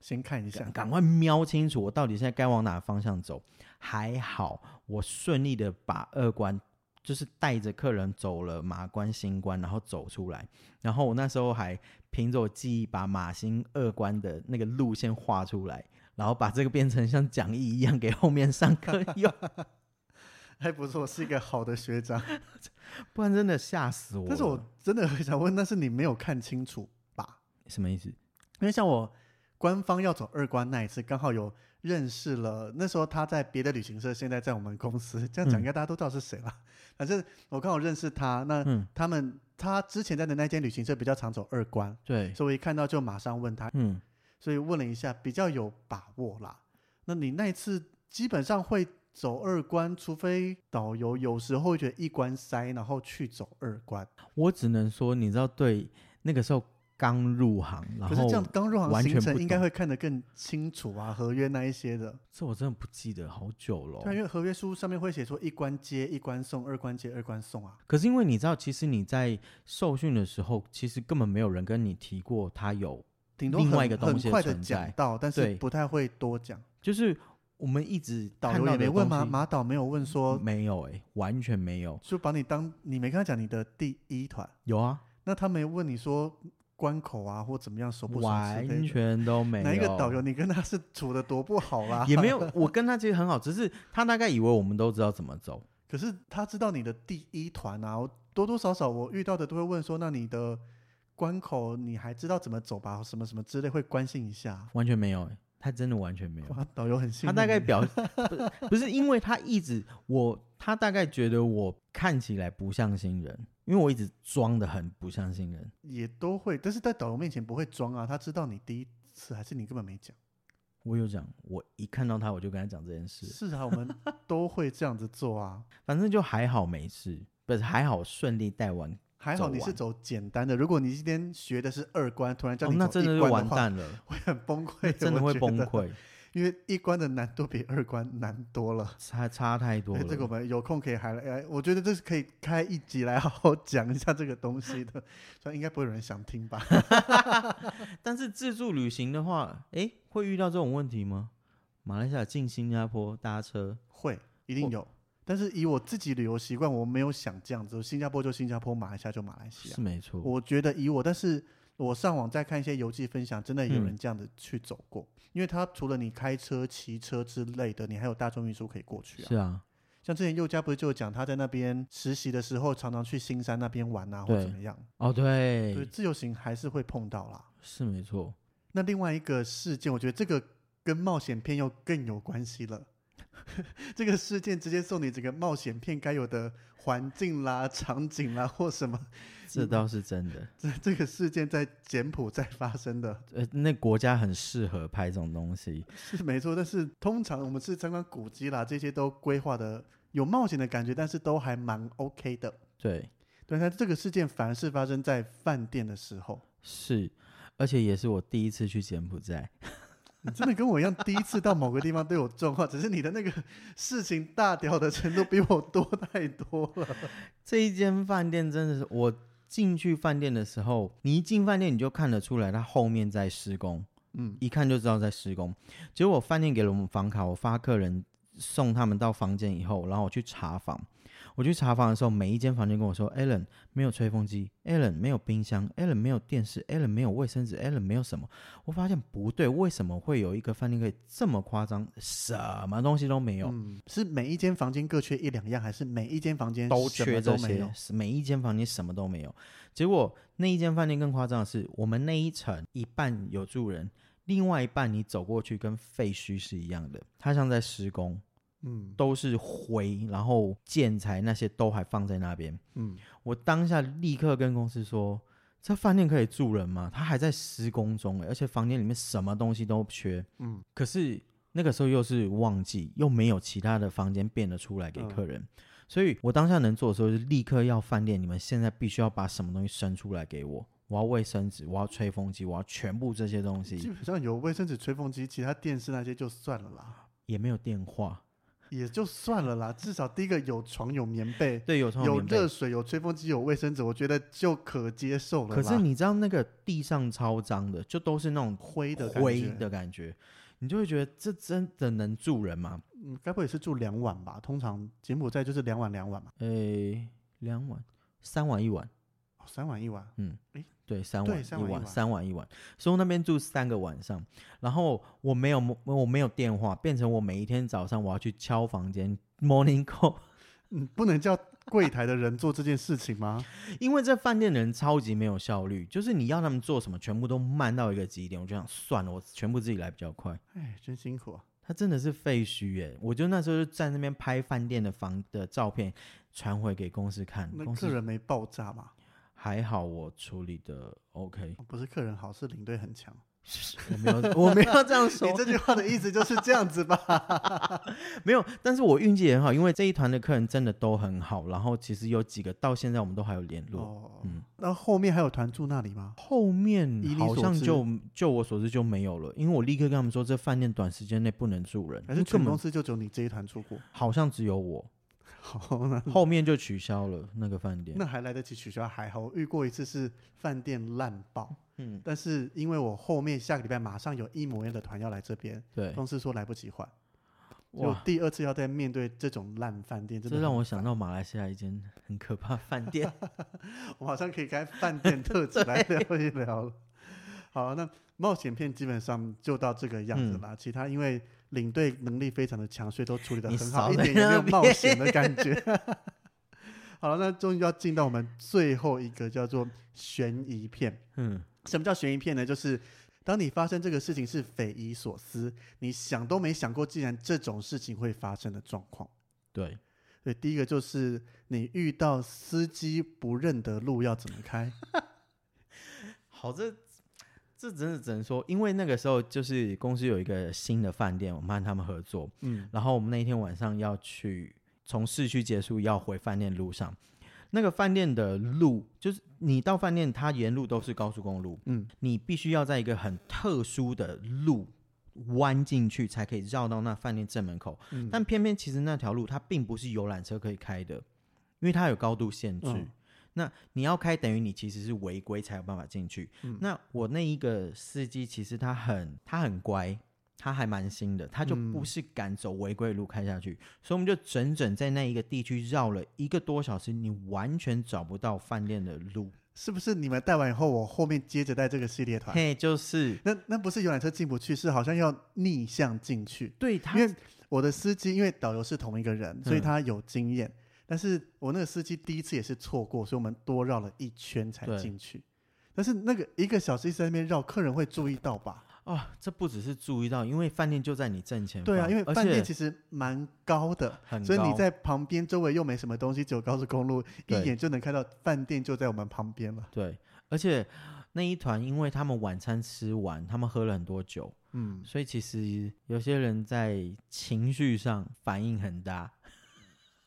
Speaker 2: 先看一下
Speaker 3: 赶，赶快瞄清楚我到底现在该往哪个方向走。还好我顺利的把二关，就是带着客人走了马关、新关，然后走出来。然后我那时候还凭着我记忆把马新二关的那个路线画出来，然后把这个变成像讲义一样给后面上课用， [laughs]
Speaker 2: 还不错，是一个好的学长。
Speaker 3: 不然真的吓死 [laughs] 我了。
Speaker 2: 但是我真的很想问，那是你没有看清楚吧？
Speaker 3: 什么意思？
Speaker 2: 因为像我官方要走二关那一次，刚好有认识了，那时候他在别的旅行社，现在在我们公司。这
Speaker 3: 嗯
Speaker 2: 样讲应该大家都知道是谁了。 [laughs] 反正我刚好认识他，那
Speaker 3: 嗯，
Speaker 2: 他们他之前在的那间旅行社比较常走二关，
Speaker 3: 对，
Speaker 2: 所以我一看到就马上问他，
Speaker 3: 嗯，
Speaker 2: 所以问了一下，比较有把握啦。那你那一次基本上会走二关，除非导游有时候会觉得一关塞，然后去走二关。
Speaker 3: 我只能说，你知道，对，那个时候刚入行，然
Speaker 2: 可
Speaker 3: 后
Speaker 2: 是这样刚入行
Speaker 3: 完全
Speaker 2: 行
Speaker 3: 不
Speaker 2: 程应该
Speaker 3: 懂
Speaker 2: 会看得更清楚啊，合约那一些的。
Speaker 3: 这我真的不记得好久了哦、
Speaker 2: 对啊，因为合约书上面会写说一关接一关送，二关接二关送啊。
Speaker 3: 可是因为你知道，其实你在受训的时候，其实根本没有人跟你提过他有，
Speaker 2: 顶多
Speaker 3: 另
Speaker 2: 很
Speaker 3: 外一个东
Speaker 2: 很
Speaker 3: 西的
Speaker 2: 快的
Speaker 3: 存
Speaker 2: 讲
Speaker 3: 在
Speaker 2: 到，但是
Speaker 3: 对
Speaker 2: 不太会多讲。
Speaker 3: 就是我们一直
Speaker 2: 导
Speaker 3: 看
Speaker 2: 游
Speaker 3: 到
Speaker 2: 也没
Speaker 3: 的
Speaker 2: 问
Speaker 3: 东
Speaker 2: 吗？
Speaker 3: 西
Speaker 2: 马导没有问说，
Speaker 3: 没有哎、完全没有。
Speaker 2: 就把你当你没跟他讲你的第一团，
Speaker 3: 有啊，
Speaker 2: 那他没问你说关口啊或怎么样熟不熟之
Speaker 3: 完
Speaker 2: 类的。[laughs]
Speaker 3: 全都没有。
Speaker 2: 哪一个导游你啊跟他是处的多不好啦、
Speaker 3: 也
Speaker 2: [laughs]
Speaker 3: 没有，我跟他其实很好，只是他大概以为我们都知道怎么走。
Speaker 2: 可是他知道你的第一团啊，我多多少少我遇到的都会问说，那你的关口你还知道怎么走吧？什么什么之类会关心一下。
Speaker 3: 完全没有、欸，他真的完全没有。
Speaker 2: 哇，导游很幸
Speaker 3: 他
Speaker 2: 运。
Speaker 3: 大
Speaker 2: [laughs]
Speaker 3: 概表不不是因为他一直我，他大概觉得我看起来不像新人，因为我一直装的很不像新人。
Speaker 2: 也都会，但是在导游面前不会装啊，他知道你第一次还是你根本没讲。
Speaker 3: 我有讲，我一看到他我就跟他讲这件事，
Speaker 2: 是啊，我
Speaker 3: [laughs]
Speaker 2: 们都会这样子做啊。
Speaker 3: 反正就还好没事，不是还好顺利带完，
Speaker 2: 还好你是走简单的，如果你今天学的是二关，突然叫
Speaker 3: 哦
Speaker 2: 你、
Speaker 3: 那真的
Speaker 2: 一
Speaker 3: 是
Speaker 2: 关
Speaker 3: 完
Speaker 2: 话，[laughs]
Speaker 3: 蛋了，
Speaker 2: 会很崩溃
Speaker 3: 那，真的
Speaker 2: 我
Speaker 3: 会
Speaker 2: 觉
Speaker 3: 崩
Speaker 2: 得，
Speaker 3: 溃，
Speaker 2: 因为一关的难度比二关难多了。
Speaker 3: 差差太多
Speaker 2: 哎
Speaker 3: 了。
Speaker 2: 这个我们有空可以还来，哎我觉得这是可以开一集来好好讲一下这个东西的，虽然应该不会有人想听吧。
Speaker 3: 但是自助旅行的话，诶，会遇到这种问题吗？马来西亚进新加坡搭车，
Speaker 2: 会，一定
Speaker 3: 我
Speaker 2: 有。但是以我自己旅游习惯，我没有想这样子，新加坡就新加坡，马来西亚就马来西亚
Speaker 3: 是。没错，
Speaker 2: 啊我觉得以我，但是我上网再看一些游记分享，真的有
Speaker 3: 嗯
Speaker 2: 人这样子去走过，因为他除了你开车、骑车之类的，你还有大众运输可以过去啊。
Speaker 3: 是啊，
Speaker 2: 像之前佑嘉不是就有讲他在那边实习的时候，常常去新山那边玩啊，或
Speaker 3: 对
Speaker 2: 怎么样，
Speaker 3: 哦对，
Speaker 2: 对，自由行还是会碰到啦。
Speaker 3: 是没错。
Speaker 2: 那另外一个事件，我觉得这个跟冒险片又更有关系了。 [laughs] 这个事件直接送你整个冒险片该有的环境啦、场景啦或什么，
Speaker 3: 这倒是真的，
Speaker 2: 这这个事件在柬埔寨发生的。
Speaker 3: 呃，那国家很适合拍这种东西，
Speaker 2: 是没错，但是通常我们是参观古迹啦，这些都规划的有冒险的感觉，但是都还蛮 OK 的。
Speaker 3: 对，
Speaker 2: 对，但这个事件反而是发生在饭店的时候，
Speaker 3: 是，而且也是我第一次去柬埔寨，
Speaker 2: 你真的跟我一样，第一次到某个地方都有状况，只是你的那个事情大条的程度比我多太多了。
Speaker 3: 这一间饭店真的是我进去饭店的时候，你一进饭店你就看得出来，它后面在施工，
Speaker 2: 嗯，
Speaker 3: 一看就知道在施工。结果饭店给了我们房卡，我发客人送他们到房间以后，然后我去查房。我去查房的时候，每一间房间跟我说：“Allen 没有吹风机，Allen 没有冰箱，Allen 没有电视，Allen 没有卫生纸，Allen 没有什么。”我发现不对，为什么会有一个饭店可以这么夸张，什么东西都没有？
Speaker 2: 嗯，是每一间房间各缺一两样，还是每一间房间
Speaker 3: 都
Speaker 2: 哎什么
Speaker 3: 缺这
Speaker 2: 都没
Speaker 3: 些
Speaker 2: 有？，
Speaker 3: 每一间房间什么都没有。结果那一间饭店更夸张的是，我们那一层一半有住人，另外一半你走过去跟废墟是一样的，它像在施工，
Speaker 2: 嗯
Speaker 3: 都是灰，然后建材那些都还放在那边。
Speaker 2: 嗯，
Speaker 3: 我当下立刻跟公司说。这饭店可以住人吗？它还在施工中欸，而且房间里面什么东西都缺。
Speaker 2: 嗯
Speaker 3: 嗯，可是那个时候又是旺季，又没有其他的房间变得出来给客人，所以我当下能做的时候是立刻要饭店，你们现在必须要把什么东西生出来给我，我要卫生纸，我要吹风机，我要全部这些东
Speaker 2: 基
Speaker 3: 西，
Speaker 2: 本上有卫生纸、吹风机，其他电视那些就算了啦，
Speaker 3: 也没有电话，
Speaker 2: 也就算了啦。至少第一个有床、有棉被，
Speaker 3: 对，有床
Speaker 2: 有
Speaker 3: 哦棉被
Speaker 2: 热水、有吹风机、有卫生纸，我觉得就可接受了啦。
Speaker 3: 可是你知道那个地上超脏的，就都是那种
Speaker 2: 灰的感
Speaker 3: 灰
Speaker 2: 觉
Speaker 3: 的感觉，你就会觉得这真的能住人吗？
Speaker 2: 嗯，该不会也是住两晚吧？通常柬埔寨就是两晚两晚嘛，
Speaker 3: 诶，两晚、三晚一晚，
Speaker 2: 哦三晚一晚。
Speaker 3: 对，三
Speaker 2: 对
Speaker 3: 晚
Speaker 2: 三
Speaker 3: 一
Speaker 2: 晚一
Speaker 3: 晚，
Speaker 2: 晚
Speaker 3: 三晚一晚，所以我那边住三个晚上，然后我没有我没有电话，变成我每一天早上我要去敲房间 morning call， [laughs]
Speaker 2: 嗯，不能叫柜台的人做这件事情吗？ [laughs]
Speaker 3: 因为这饭店的人超级没有效率，就是你要他们做什么，全部都慢到一个极点，我就想算了，我全部自己来比较快。
Speaker 2: 哎，真辛苦啊！
Speaker 3: 他它真的是废墟耶！我就那时候就在那边拍饭店的房的照片，传回给公司看，
Speaker 2: 那
Speaker 3: 公
Speaker 2: 客
Speaker 3: 司
Speaker 2: 人没爆炸嘛？哦
Speaker 3: 还好我处理的 OK，
Speaker 2: 不是客人好，是领队很强。
Speaker 3: 我没有我没有这样说
Speaker 2: [laughs] 你，这句话的意思就是这样子
Speaker 3: [laughs]
Speaker 2: 吧？
Speaker 3: 没有，但是我运气也很好，因为这一团的客人真的都很好，然后其实有几个到现在我们都还有联络。
Speaker 2: 哦
Speaker 3: 嗯，
Speaker 2: 那后面还有团住那里吗？
Speaker 3: 后面
Speaker 2: 以你
Speaker 3: 好
Speaker 2: 所
Speaker 3: 像
Speaker 2: 知
Speaker 3: 就就我所知就没有了，因为我立刻跟他们说，这饭店短时间内不能住人，
Speaker 2: 还是
Speaker 3: 因为
Speaker 2: 全
Speaker 3: 根
Speaker 2: 公
Speaker 3: 本
Speaker 2: 司就只有你这一团出过？ [laughs]
Speaker 3: 好像只有我，
Speaker 2: 好，那
Speaker 3: 后面就取消了那个饭店。
Speaker 2: 那还来得及取消，还好。我遇过一次是饭店烂爆，
Speaker 3: 嗯，
Speaker 2: 但是因为我后面下个礼拜马上有一模一样的团要来这边，
Speaker 3: 对，
Speaker 2: 公司说来不及换，所以我
Speaker 3: 哇，
Speaker 2: 第二次要再面对这种烂饭店，真的
Speaker 3: 这让
Speaker 2: 很
Speaker 3: 我想到马来西亚一间很可怕的饭 [laughs] 店。
Speaker 2: 我好像可以开饭店特辑来聊一聊了。好，那冒险片基本上就到这个样子啦。其他因为领队能力非常的强，所以都处理的
Speaker 3: 你
Speaker 2: 很好，
Speaker 3: 少
Speaker 2: 一
Speaker 3: 在
Speaker 2: 点也没有
Speaker 3: 那
Speaker 2: 冒险的感觉。好了，那终于要进到我们最后一个叫做悬疑片。
Speaker 3: 嗯，
Speaker 2: 什么叫悬疑片呢？就是当你发生这个事情是匪夷所思，你想都没想过，竟然这种事情会发生的状况。
Speaker 3: 对，
Speaker 2: 对，第一个就是你遇到司机不认得路要怎么开。
Speaker 3: 好，这这真的只能说，因为那个时候就是公司有一个新的饭店，我们和他们合作，
Speaker 2: 嗯，
Speaker 3: 然后我们那一天晚上要去从市区结束，要回饭店路上，那个饭店的路就是你到饭店，它沿路都是高速公路，
Speaker 2: 嗯，
Speaker 3: 你必须要在一个很特殊的路弯进去，才可以绕到那饭店正门口。
Speaker 2: 嗯
Speaker 3: 但偏偏其实那条路它并不是游览车可以开的，因为它有高度限制。
Speaker 2: 嗯
Speaker 3: 那你要开，等于你其实是违规才有办法进去。
Speaker 2: 嗯
Speaker 3: 那我那一个司机其实他很他很乖，他还蛮新的，他就
Speaker 2: 嗯
Speaker 3: 不是敢走违规的路开下去，所以我们就整整在那一个地区绕了一个多小时，你完全找不到饭店的路。
Speaker 2: 是不是你们带完以后，我后面接着带这个系列团？
Speaker 3: 嘿，就是
Speaker 2: 那那不是游览车进不去，是好像要逆向进去。
Speaker 3: 对他
Speaker 2: 因为我的司机，因为导游是同一个人，所以
Speaker 3: 嗯
Speaker 2: 他有经验。但是我那个司机第一次也是错过，所以我们多绕了一圈才
Speaker 3: 对
Speaker 2: 进去。但是那个一个小时一直在那边绕，客人会注意到吧？
Speaker 3: 哦，这不只是注意到，因为饭店就在你正前方。
Speaker 2: 对啊，因为
Speaker 3: 而
Speaker 2: 饭店其
Speaker 3: 且
Speaker 2: 实蛮高的，
Speaker 3: 很
Speaker 2: 所
Speaker 3: 高，
Speaker 2: 以你在旁边周围又没什么东西，只有高速公路，一
Speaker 3: 对
Speaker 2: 眼就能看到饭店就在我们旁边了。
Speaker 3: 对，而且那一团，因为他们晚餐吃完，他们喝了很多酒，
Speaker 2: 嗯，
Speaker 3: 所以其实有些人在情绪上反应很大，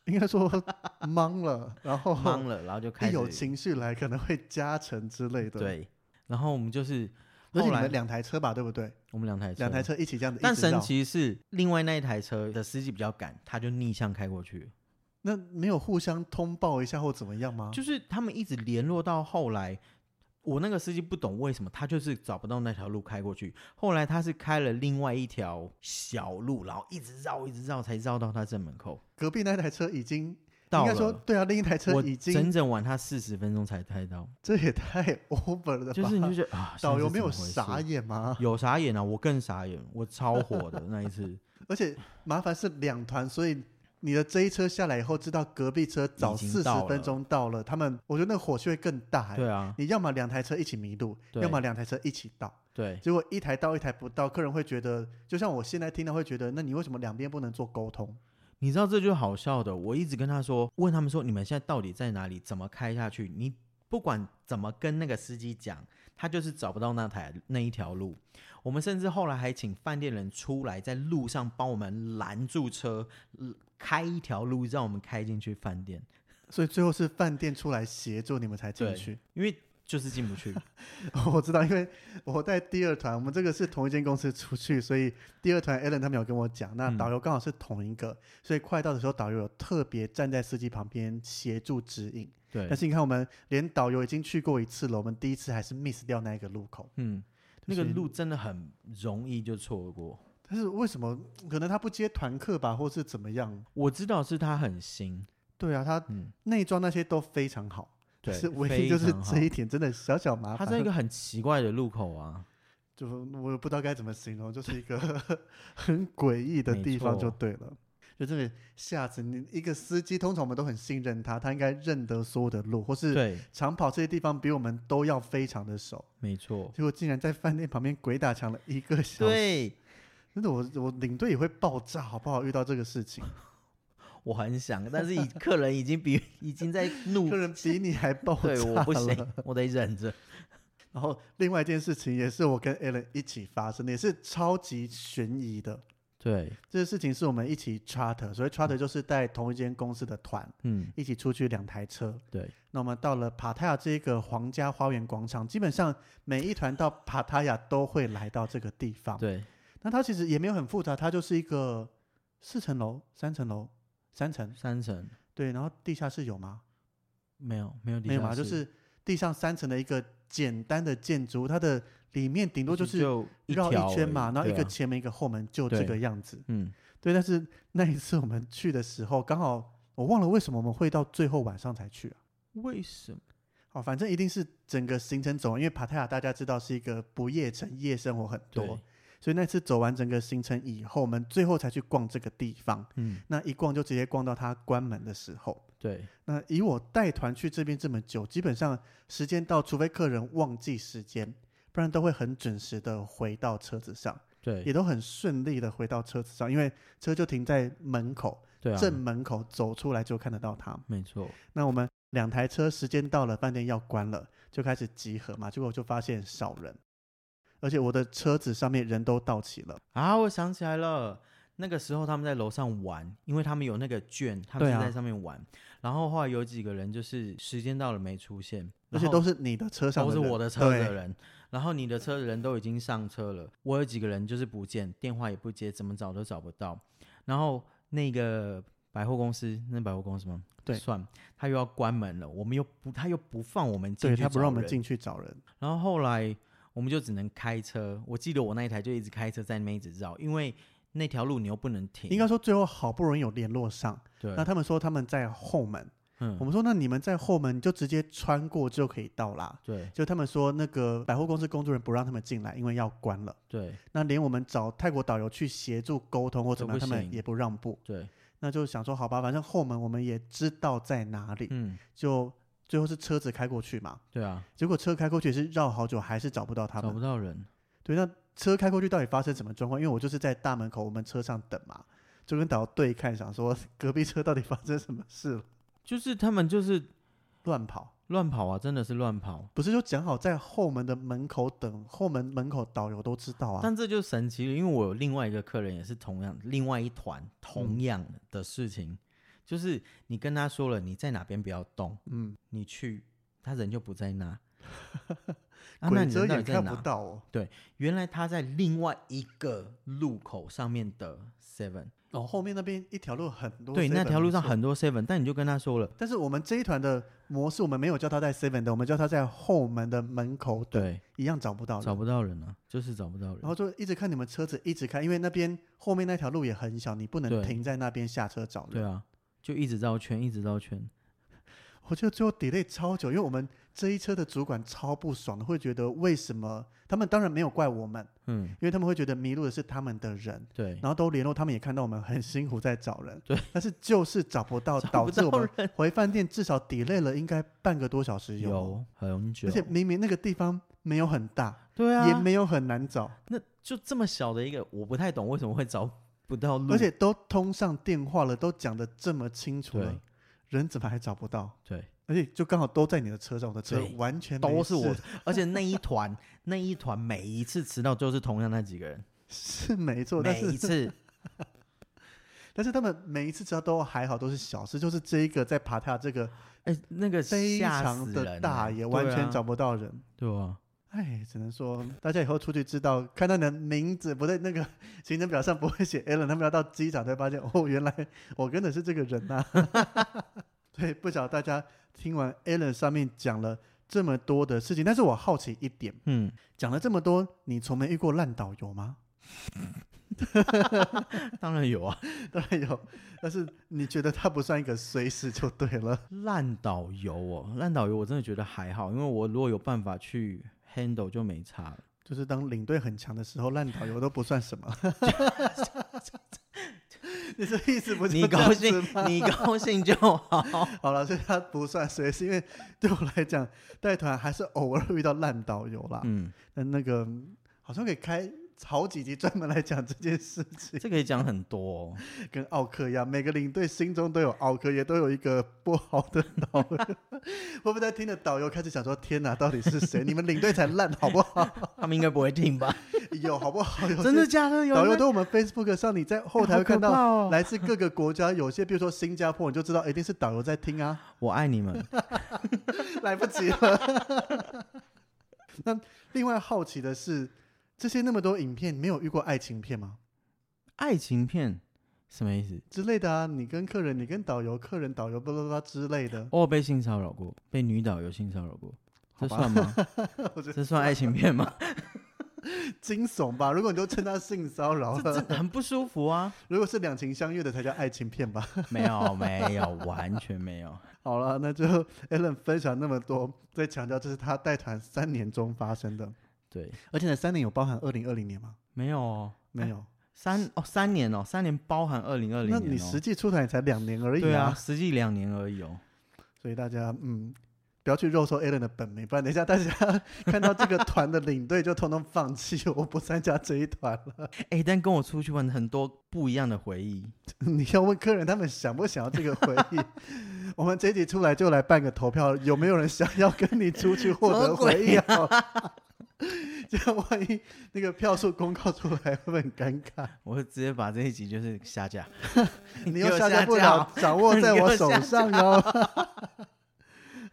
Speaker 2: 应该说 [laughs] 懵了，然后
Speaker 3: [laughs] 懵了，然后就开
Speaker 2: 哦一
Speaker 3: 始
Speaker 2: 有情绪来，可能会加成之类的。，
Speaker 3: 对，然后我们就是
Speaker 2: 而且
Speaker 3: 后
Speaker 2: 你
Speaker 3: 来
Speaker 2: 们两台车吧，对不对？
Speaker 3: 我们两台车，
Speaker 2: 两台，车一起这样子，
Speaker 3: 但
Speaker 2: 一直绕
Speaker 3: 神奇是另外那一台车的司机比较赶，他就逆向开过去，
Speaker 2: 那没有互相通报一下或怎么样吗？
Speaker 3: 就是他们一直联络到后来，我那个司机不懂为什么他就是找不到那条路开过去。后来他是开了另外一条小路，然后一直绕一直绕才绕到他正门口。
Speaker 2: 隔壁那台车已经应
Speaker 3: 到
Speaker 2: 该说
Speaker 3: 了，
Speaker 2: 对啊，另一台车
Speaker 3: 我
Speaker 2: 已
Speaker 3: 整
Speaker 2: 经，
Speaker 3: 整晚他四十分钟才开到，
Speaker 2: 这也太 over 了吧？
Speaker 3: 就是你就觉得 [laughs] 啊，
Speaker 2: 导游
Speaker 3: 现在是
Speaker 2: 没有
Speaker 3: 怎么回事
Speaker 2: 傻眼吗？
Speaker 3: 有傻眼啊！我更傻眼，我超火的那一 [laughs] 次，
Speaker 2: 而且麻烦是两团，所以。你的这一车下来以后，知道隔壁车早
Speaker 3: 已经
Speaker 2: 四
Speaker 3: 到
Speaker 2: 十
Speaker 3: 了
Speaker 2: 分钟到了，他们我觉得那个火气会更大、欸。
Speaker 3: 对啊，
Speaker 2: 你要么两台车一起迷路，
Speaker 3: 对
Speaker 2: 要么两台车一起到。
Speaker 3: 对
Speaker 2: 结果一台到一台不到，客人会觉得，就像我现在听到会觉得，那你为什么两边不能做沟通？
Speaker 3: 你知道这就是好笑的，我一直跟他说，问他们说你们现在到底在哪里，怎么开下去？你不管怎么跟那个司机讲，他就是找不到那台那一条路。我们甚至后来还请饭店人出来，在路上帮我们拦住车，呃开一条路让我们开进去饭店，
Speaker 2: 所以最后是饭店出来协助你们才进去。 [laughs]
Speaker 3: 因为就是进不去。
Speaker 2: 我知道，因为我带第二团，我们这个是同一间公司出去，所以第二团 Alan 他们有跟我讲，那
Speaker 3: 嗯
Speaker 2: 导游刚好是同一个，所以快到的时候，导游有特别站在司机旁边协助指引。
Speaker 3: 对
Speaker 2: 但，是你看，我们连导游已经去过一次了，我们第一次还是 miss 掉那一个路口。
Speaker 3: 嗯，
Speaker 2: 就
Speaker 3: 那
Speaker 2: 是
Speaker 3: 个路真的很容易就错过。
Speaker 2: 但是为什么？可能他不接团客吧，或是怎么样？
Speaker 3: 我知道是他很新，
Speaker 2: 对啊，他
Speaker 3: 嗯，
Speaker 2: 内装那些都非常好，
Speaker 3: 对，
Speaker 2: 是唯一
Speaker 3: 非
Speaker 2: 就是
Speaker 3: 常好
Speaker 2: 这一点真的小小麻
Speaker 3: 他
Speaker 2: 烦。
Speaker 3: 在一个很奇怪的路口啊，
Speaker 2: 就是我也不知道该怎么形容，就是一
Speaker 3: [laughs]
Speaker 2: 个很诡异的地方
Speaker 3: 没
Speaker 2: 就
Speaker 3: 错
Speaker 2: 对了。就这个下次你一个司机，通常我们都很信任他，他应该认得所有的路，或是
Speaker 3: 对，
Speaker 2: 长跑这些地方比我们都要非常的熟。
Speaker 3: 没错，
Speaker 2: 结果竟然在饭店旁边鬼打墙了一个小时，
Speaker 3: 对，
Speaker 2: 真的，我我领队也会爆炸，好不好？遇到这个事情，
Speaker 3: 我很想，但是已客人已经比已经在
Speaker 2: [laughs]
Speaker 3: 怒
Speaker 2: 客，人比你还爆炸
Speaker 3: 对，我不
Speaker 2: 了
Speaker 3: 行，我得忍着。
Speaker 2: 然后另外一件事情也是我跟 Alan 一起发生的，也是超级悬疑的。
Speaker 3: 对，
Speaker 2: 这个事情是我们一起 charter，所谓 charter 就是带同一间公司的团
Speaker 3: 嗯，
Speaker 2: 一起出去两台车。
Speaker 3: 对，
Speaker 2: 那我们到了帕塔亚这个皇家花园广场，基本上每一团到帕塔亚都会来到这个地方。
Speaker 3: 对，
Speaker 2: 那它其实也没有很复杂，它就是一个四层楼、三层楼、三层，
Speaker 3: 三层
Speaker 2: 对，然后地下室有吗？
Speaker 3: 没有没有地
Speaker 2: 没有
Speaker 3: 下
Speaker 2: 嘛，就
Speaker 3: 室
Speaker 2: 是地上三层的一个简单的建筑，它的里面顶多就是
Speaker 3: 就一
Speaker 2: 绕
Speaker 3: 条
Speaker 2: 一圈嘛
Speaker 3: 而，已
Speaker 2: 然后一
Speaker 3: 对
Speaker 2: 个
Speaker 3: 啊
Speaker 2: 前门一个后门，就这
Speaker 3: 对
Speaker 2: 个样子。
Speaker 3: 嗯，
Speaker 2: 对，但是 [laughs] 那一次我们去的时候，刚好我忘了为什么我们会到最后晚上才去啊。
Speaker 3: 为什么？
Speaker 2: 哦，反正一定是整个行程走完，因为帕塔亚大家知道是一个不夜城，夜生活很多
Speaker 3: 对，
Speaker 2: 所以那次走完整个行程以后，我们最后才去逛这个地方。
Speaker 3: 嗯，
Speaker 2: 那一逛就直接逛到它关门的时候。
Speaker 3: 对，
Speaker 2: 那以我带团去这边这么久，基本上时间到，除非客人忘记时间，不然都会很准时的回到车子上，也
Speaker 3: 对，
Speaker 2: 都很顺利的回到车子上，因为车就停在门口，
Speaker 3: 对啊，
Speaker 2: 正门口走出来就看得到他。
Speaker 3: 没错，
Speaker 2: 那我们两台车时间到了，饭店要关了，就开始集合嘛，结果就发现少人，而且我的车子上面人都到齐了。
Speaker 3: 啊，我想起来了，那个时候他们在楼上玩，因为他们有那个券，他们
Speaker 2: 对
Speaker 3: 是
Speaker 2: 啊
Speaker 3: 在上面玩。然后后来有几个人就是时间到了没出现，
Speaker 2: 而
Speaker 3: 然
Speaker 2: 且
Speaker 3: 后
Speaker 2: 都是你的车上
Speaker 3: 都
Speaker 2: 的
Speaker 3: 是
Speaker 2: 人，
Speaker 3: 我的车的
Speaker 2: 对
Speaker 3: 人，然后你的车的人都已经上车了，我有几个人就是不见，电话也不接，怎么找都找不到。然后那个百货公司，那百货公司吗？
Speaker 2: 对
Speaker 3: 算他又要关门了，我们又不，他又不放我们进
Speaker 2: 对
Speaker 3: 去，
Speaker 2: 他不让我们。进去找人，
Speaker 3: 然后后来我们就只能开车，我记得我那一台就一直开车在那边一直绕，因为那条路你又不能停。
Speaker 2: 应该说最后好不容易有联络上。
Speaker 3: 嗯对，
Speaker 2: 那他们说他们在后门，我
Speaker 3: 嗯，
Speaker 2: 们说那你们在后门你就直接穿过就可以到啦。
Speaker 3: 对
Speaker 2: 就他们说那个百货公司工作人员不让他们进来，因为要关了。
Speaker 3: 对
Speaker 2: 那连我们找泰国导游去协助沟通或怎么样，他
Speaker 3: 都不
Speaker 2: 们
Speaker 3: 行
Speaker 2: 也不让步。
Speaker 3: 对，
Speaker 2: 那就想说好吧，反正后门我们也知道在哪里，
Speaker 3: 嗯，
Speaker 2: 就最后是车子开过去嘛。
Speaker 3: 对啊，
Speaker 2: 结果车开过去也是绕好久，还是找不到他
Speaker 3: 找不
Speaker 2: 们。
Speaker 3: 到人，
Speaker 2: 对，那车开过去到底发生什么状况？因为我就是在大门口我们车上等嘛，就跟导游对看，想说隔壁车到底发生什么事了，
Speaker 3: 就是他们就是
Speaker 2: 乱跑。
Speaker 3: 乱跑啊，真的是乱跑。
Speaker 2: 不是就讲好在后门的门口等，后门门口导游都知道啊。
Speaker 3: 但这就神奇了，因为我有另外一个客人也是同样，另外一团
Speaker 2: 嗯
Speaker 3: 同样的事情，就是你跟他说了你在哪边不要动，
Speaker 2: 嗯，
Speaker 3: 你去，他人就不在
Speaker 2: [laughs]
Speaker 3: 那。啊，那
Speaker 2: 鬼
Speaker 3: 你
Speaker 2: 遮
Speaker 3: 人到
Speaker 2: 眼
Speaker 3: 底在
Speaker 2: 看不
Speaker 3: 哪？
Speaker 2: 到哦。
Speaker 3: 原来他在另外一个路口上面的 Seven，
Speaker 2: 哦，后面那边一条路很多 7-Eleven 没
Speaker 3: 对，
Speaker 2: 错。
Speaker 3: 那条路上很多 Seven，但你就跟他说了，
Speaker 2: 但是我们这一团的模式，我们没有叫他在 Seven 的，我们叫他在后门的门口等，
Speaker 3: 对，
Speaker 2: 一样找不到人。
Speaker 3: 找不到人啊，就是找不到
Speaker 2: 然
Speaker 3: 人，
Speaker 2: 后就一直看你们车子一直开，因为那边后面那条路也很小，你不能
Speaker 3: 对
Speaker 2: 停在那边下车找
Speaker 3: 对
Speaker 2: 人。
Speaker 3: 啊，就一直绕圈，一直绕圈，
Speaker 2: 我觉得最后 delay 超久，因为我们这一车的主管超不爽的，会觉得为什么他们当然没有怪我们，
Speaker 3: 嗯，
Speaker 2: 因为他们会觉得迷路的是他们的人。
Speaker 3: 对，
Speaker 2: 然后都联络，他们也看到我们很辛苦在找人，
Speaker 3: 对，
Speaker 2: 但是就是找不到，
Speaker 3: [laughs] 找
Speaker 2: 导
Speaker 3: 不
Speaker 2: 致我
Speaker 3: 到
Speaker 2: 们
Speaker 3: 人，
Speaker 2: 回饭店至少 delay 了应该半个多小时有，
Speaker 3: 有很久
Speaker 2: 而，且明明那个地方没有很大，
Speaker 3: 啊对啊，
Speaker 2: 也没有很难找，
Speaker 3: 那就这么小的一个，我不太懂为什么会找不到路。
Speaker 2: 而且都通上电话了，都讲的这么清楚了
Speaker 3: 对，
Speaker 2: 人怎么还找不到？
Speaker 3: 对，
Speaker 2: 而且就刚好都在你的车上，我的车
Speaker 3: 对
Speaker 2: 完全没
Speaker 3: 都是我
Speaker 2: 事，
Speaker 3: 而且那一团 [laughs] 那一团每一次迟到就是同样那几个人，
Speaker 2: 是没错，但
Speaker 3: 每一
Speaker 2: 是
Speaker 3: 次
Speaker 2: 但是他们每一次只要都还好，都是小事，就是这一个在爬塔这个
Speaker 3: [laughs] 哎、那个
Speaker 2: 非
Speaker 3: 吓
Speaker 2: 常
Speaker 3: 死欸
Speaker 2: 的
Speaker 3: 人
Speaker 2: 大，
Speaker 3: 了，
Speaker 2: 也完全找
Speaker 3: 不
Speaker 2: 不到人。
Speaker 3: 对啊，
Speaker 2: 哎，只能说大家以后出去知道，看到你的名字不对，那个 [laughs] 行程表上不会写 Alan，他们要到机场才会发现，哦，原来我跟的是这个人呐、 [laughs] 啊。对，不晓得大家听完 Alan 上面讲了这么多的事情，但是我好奇一点，
Speaker 3: 嗯，
Speaker 2: 讲了这么多，你从没遇过烂导游吗？
Speaker 3: [laughs]
Speaker 2: [laughs]
Speaker 3: 当然有啊，
Speaker 2: 当然有，但是你觉得他不算一个衰事就对了。
Speaker 3: 烂导游哦，烂导游我真的觉得还好，因为我如果有办法去 handle 就没差了。
Speaker 2: 就是当领队很强的时候，烂导游都不算什么。 [laughs] 你这意思不 [laughs] 就
Speaker 3: 你
Speaker 2: 这样
Speaker 3: 高
Speaker 2: 子
Speaker 3: 兴， [laughs] 你高兴就好。 [laughs]
Speaker 2: 好了，所以他不算随是因为对我来讲，带团还是偶尔遇到烂导游啦。
Speaker 3: 嗯，
Speaker 2: 那、那个好像可以开好几集专门来讲这件事情，
Speaker 3: 这可以讲很多、哦。
Speaker 2: 跟奥克一样，每个领队心中都有奥克，也都有一个不好的导游。会不会在听的导游开始想说：“天哪，到底是谁？你们领队才烂，好不好？ [laughs]
Speaker 3: 他们应该不会听吧？
Speaker 2: 有好不好？有
Speaker 3: [laughs] 真的假的？有
Speaker 2: 导游
Speaker 3: 人
Speaker 2: 都我们 Facebook 上，你在后台
Speaker 3: 好
Speaker 2: 会
Speaker 3: 可
Speaker 2: 看
Speaker 3: 怕
Speaker 2: 到
Speaker 3: 哦
Speaker 2: 来自各个国家，有些比如说新加坡，你就知道一定是导游在听啊。
Speaker 3: 我爱你们。
Speaker 2: 来不及了。 [laughs] 那另外好奇的是，这些那么多影片，你没有遇过爱情片吗？
Speaker 3: 爱情片什么意思？
Speaker 2: 之类的啊，你跟客人，你跟导游，客人导游，巴拉巴拉之类的。
Speaker 3: 我有哦被性骚扰过，被女导游性骚扰过，
Speaker 2: 好吧
Speaker 3: 这算吗？
Speaker 2: [laughs] 我觉得
Speaker 3: 这算爱情片
Speaker 2: [laughs]
Speaker 3: 吗？
Speaker 2: 惊悚吧，如果你都称他性骚扰
Speaker 3: 这
Speaker 2: 了，
Speaker 3: 这很不舒服啊！
Speaker 2: 如果是两情相悦的才叫爱情片吧。
Speaker 3: 没有，没有，完全没有。
Speaker 2: 好了，那就 Alan 分享那么多，再强调这是他带团三年中发生的，
Speaker 3: 对，
Speaker 2: 而且呢，三年有包含二零二零年吗？
Speaker 3: 没有哦，
Speaker 2: 没有，
Speaker 3: 三哦三年哦，三年包含二零二零
Speaker 2: 那
Speaker 3: 年、哦。
Speaker 2: 你实际出团也才两年而已
Speaker 3: 对啊，实际两年而已哦。
Speaker 2: 所以大家嗯，不要去肉搜 Alan 的本名，不然等一下大家看到这个团的领队就通通放弃，我不参加这一团了。 [laughs]
Speaker 3: 哎，但跟我出去玩很多不一样的回忆。
Speaker 2: 你要问客人他们想不想要这个回忆。 [laughs] 我们这一集出来就来办个投票，有没有人想要跟你出去获得回忆啊？ [laughs] 这样万一那个票数公告出来，会不会很尴尬？
Speaker 3: 我直接把这一集就是下架。
Speaker 2: [laughs] 你
Speaker 3: 给
Speaker 2: 又
Speaker 3: 我
Speaker 2: 下架不
Speaker 3: 架
Speaker 2: 了
Speaker 3: 哦，
Speaker 2: 掌握在
Speaker 3: [laughs] 你给
Speaker 2: 我
Speaker 3: 我
Speaker 2: 手
Speaker 3: 下
Speaker 2: 上哟。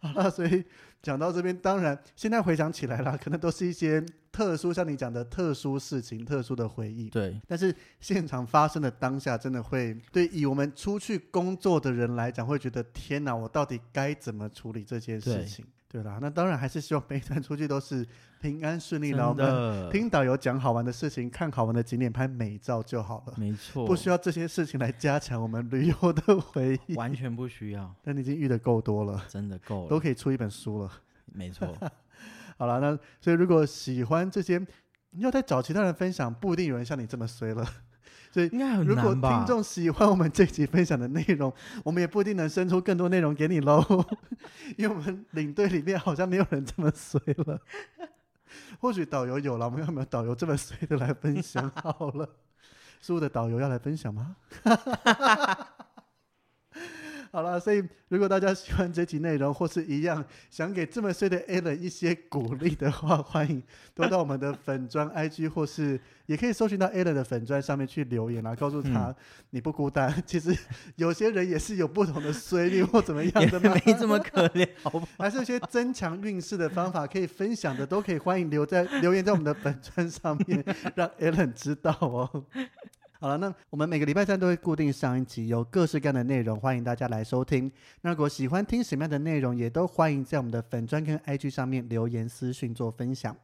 Speaker 2: 好了，所以讲到这边，当然现在回想起来啦，可能都是一些特殊，像你讲的特殊事情、特殊的回忆。
Speaker 3: 对，
Speaker 2: 但是现场发生的当下，真的会对以我们出去工作的人来讲，会觉得天哪，我到底该怎么处理这件事
Speaker 3: 对
Speaker 2: 情？对啦，那当然还是希望每一团出去都是平安顺利
Speaker 3: 真
Speaker 2: 啦。我们
Speaker 3: 的，
Speaker 2: 听导游讲好玩的事情，看好玩的景点，拍美照就好了。
Speaker 3: 没错，
Speaker 2: 不需要这些事情来加强我们旅游的回忆。 [laughs]
Speaker 3: 完全不需要，
Speaker 2: 但你已经遇的够多了，
Speaker 3: 真的够
Speaker 2: 都
Speaker 3: 了。
Speaker 2: 可以出一本书了。
Speaker 3: 没错，
Speaker 2: 好了，那所以如果喜欢这些，你要再找其他人分享，不一定有人像你这么衰了。 [laughs] 所以
Speaker 3: 应该
Speaker 2: [laughs]
Speaker 3: 很
Speaker 2: 如果
Speaker 3: 难吧
Speaker 2: 听？众喜欢我们这集分享的内容，我们也不一定能生出更多内容给你喽， [laughs] 因为我们领队里面好像没有人这么衰了。 [laughs] 或许导游有了，我们要没有导游这么衰的来分享 [laughs] 好了。苏的导游要来分享
Speaker 3: [laughs]
Speaker 2: 吗？好了，所以如果大家喜欢这集内容，或是一样想给这么衰的 Alan 一些鼓励的话，欢迎都到我们的粉砖 IG 或是也可以搜寻到 Alan 的粉砖上面去留言啊，告诉
Speaker 3: 嗯
Speaker 2: 他你不孤单。 [laughs] 其实有些人也是有不
Speaker 3: [laughs]
Speaker 2: 同的衰运或怎么样
Speaker 3: 也
Speaker 2: 的嘛，
Speaker 3: [laughs] 没这么可怜，好不好？
Speaker 2: 还是有些增强运势的方法可以分享的，都可以欢迎留在留言在我们的粉砖上面，让 Alan 知道哦。好了，那我们每个礼拜三都会固定上一集，有各式各样的内容，欢迎大家来收听。那如果喜欢听什么样的内容，也都欢迎在我们的粉砖跟 IG 上面留言私讯做分享。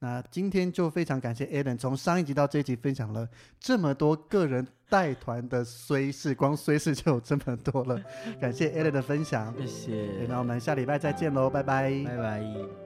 Speaker 2: 那今天就非常感谢 Alan 从上一集到这一集分享了这么多个人带团的虽事，光虽事就有这么多了。感谢 Alan 的分享。
Speaker 3: 谢
Speaker 2: 对
Speaker 3: 谢，
Speaker 2: 那我们下礼拜再见喽，拜拜
Speaker 3: 拜拜。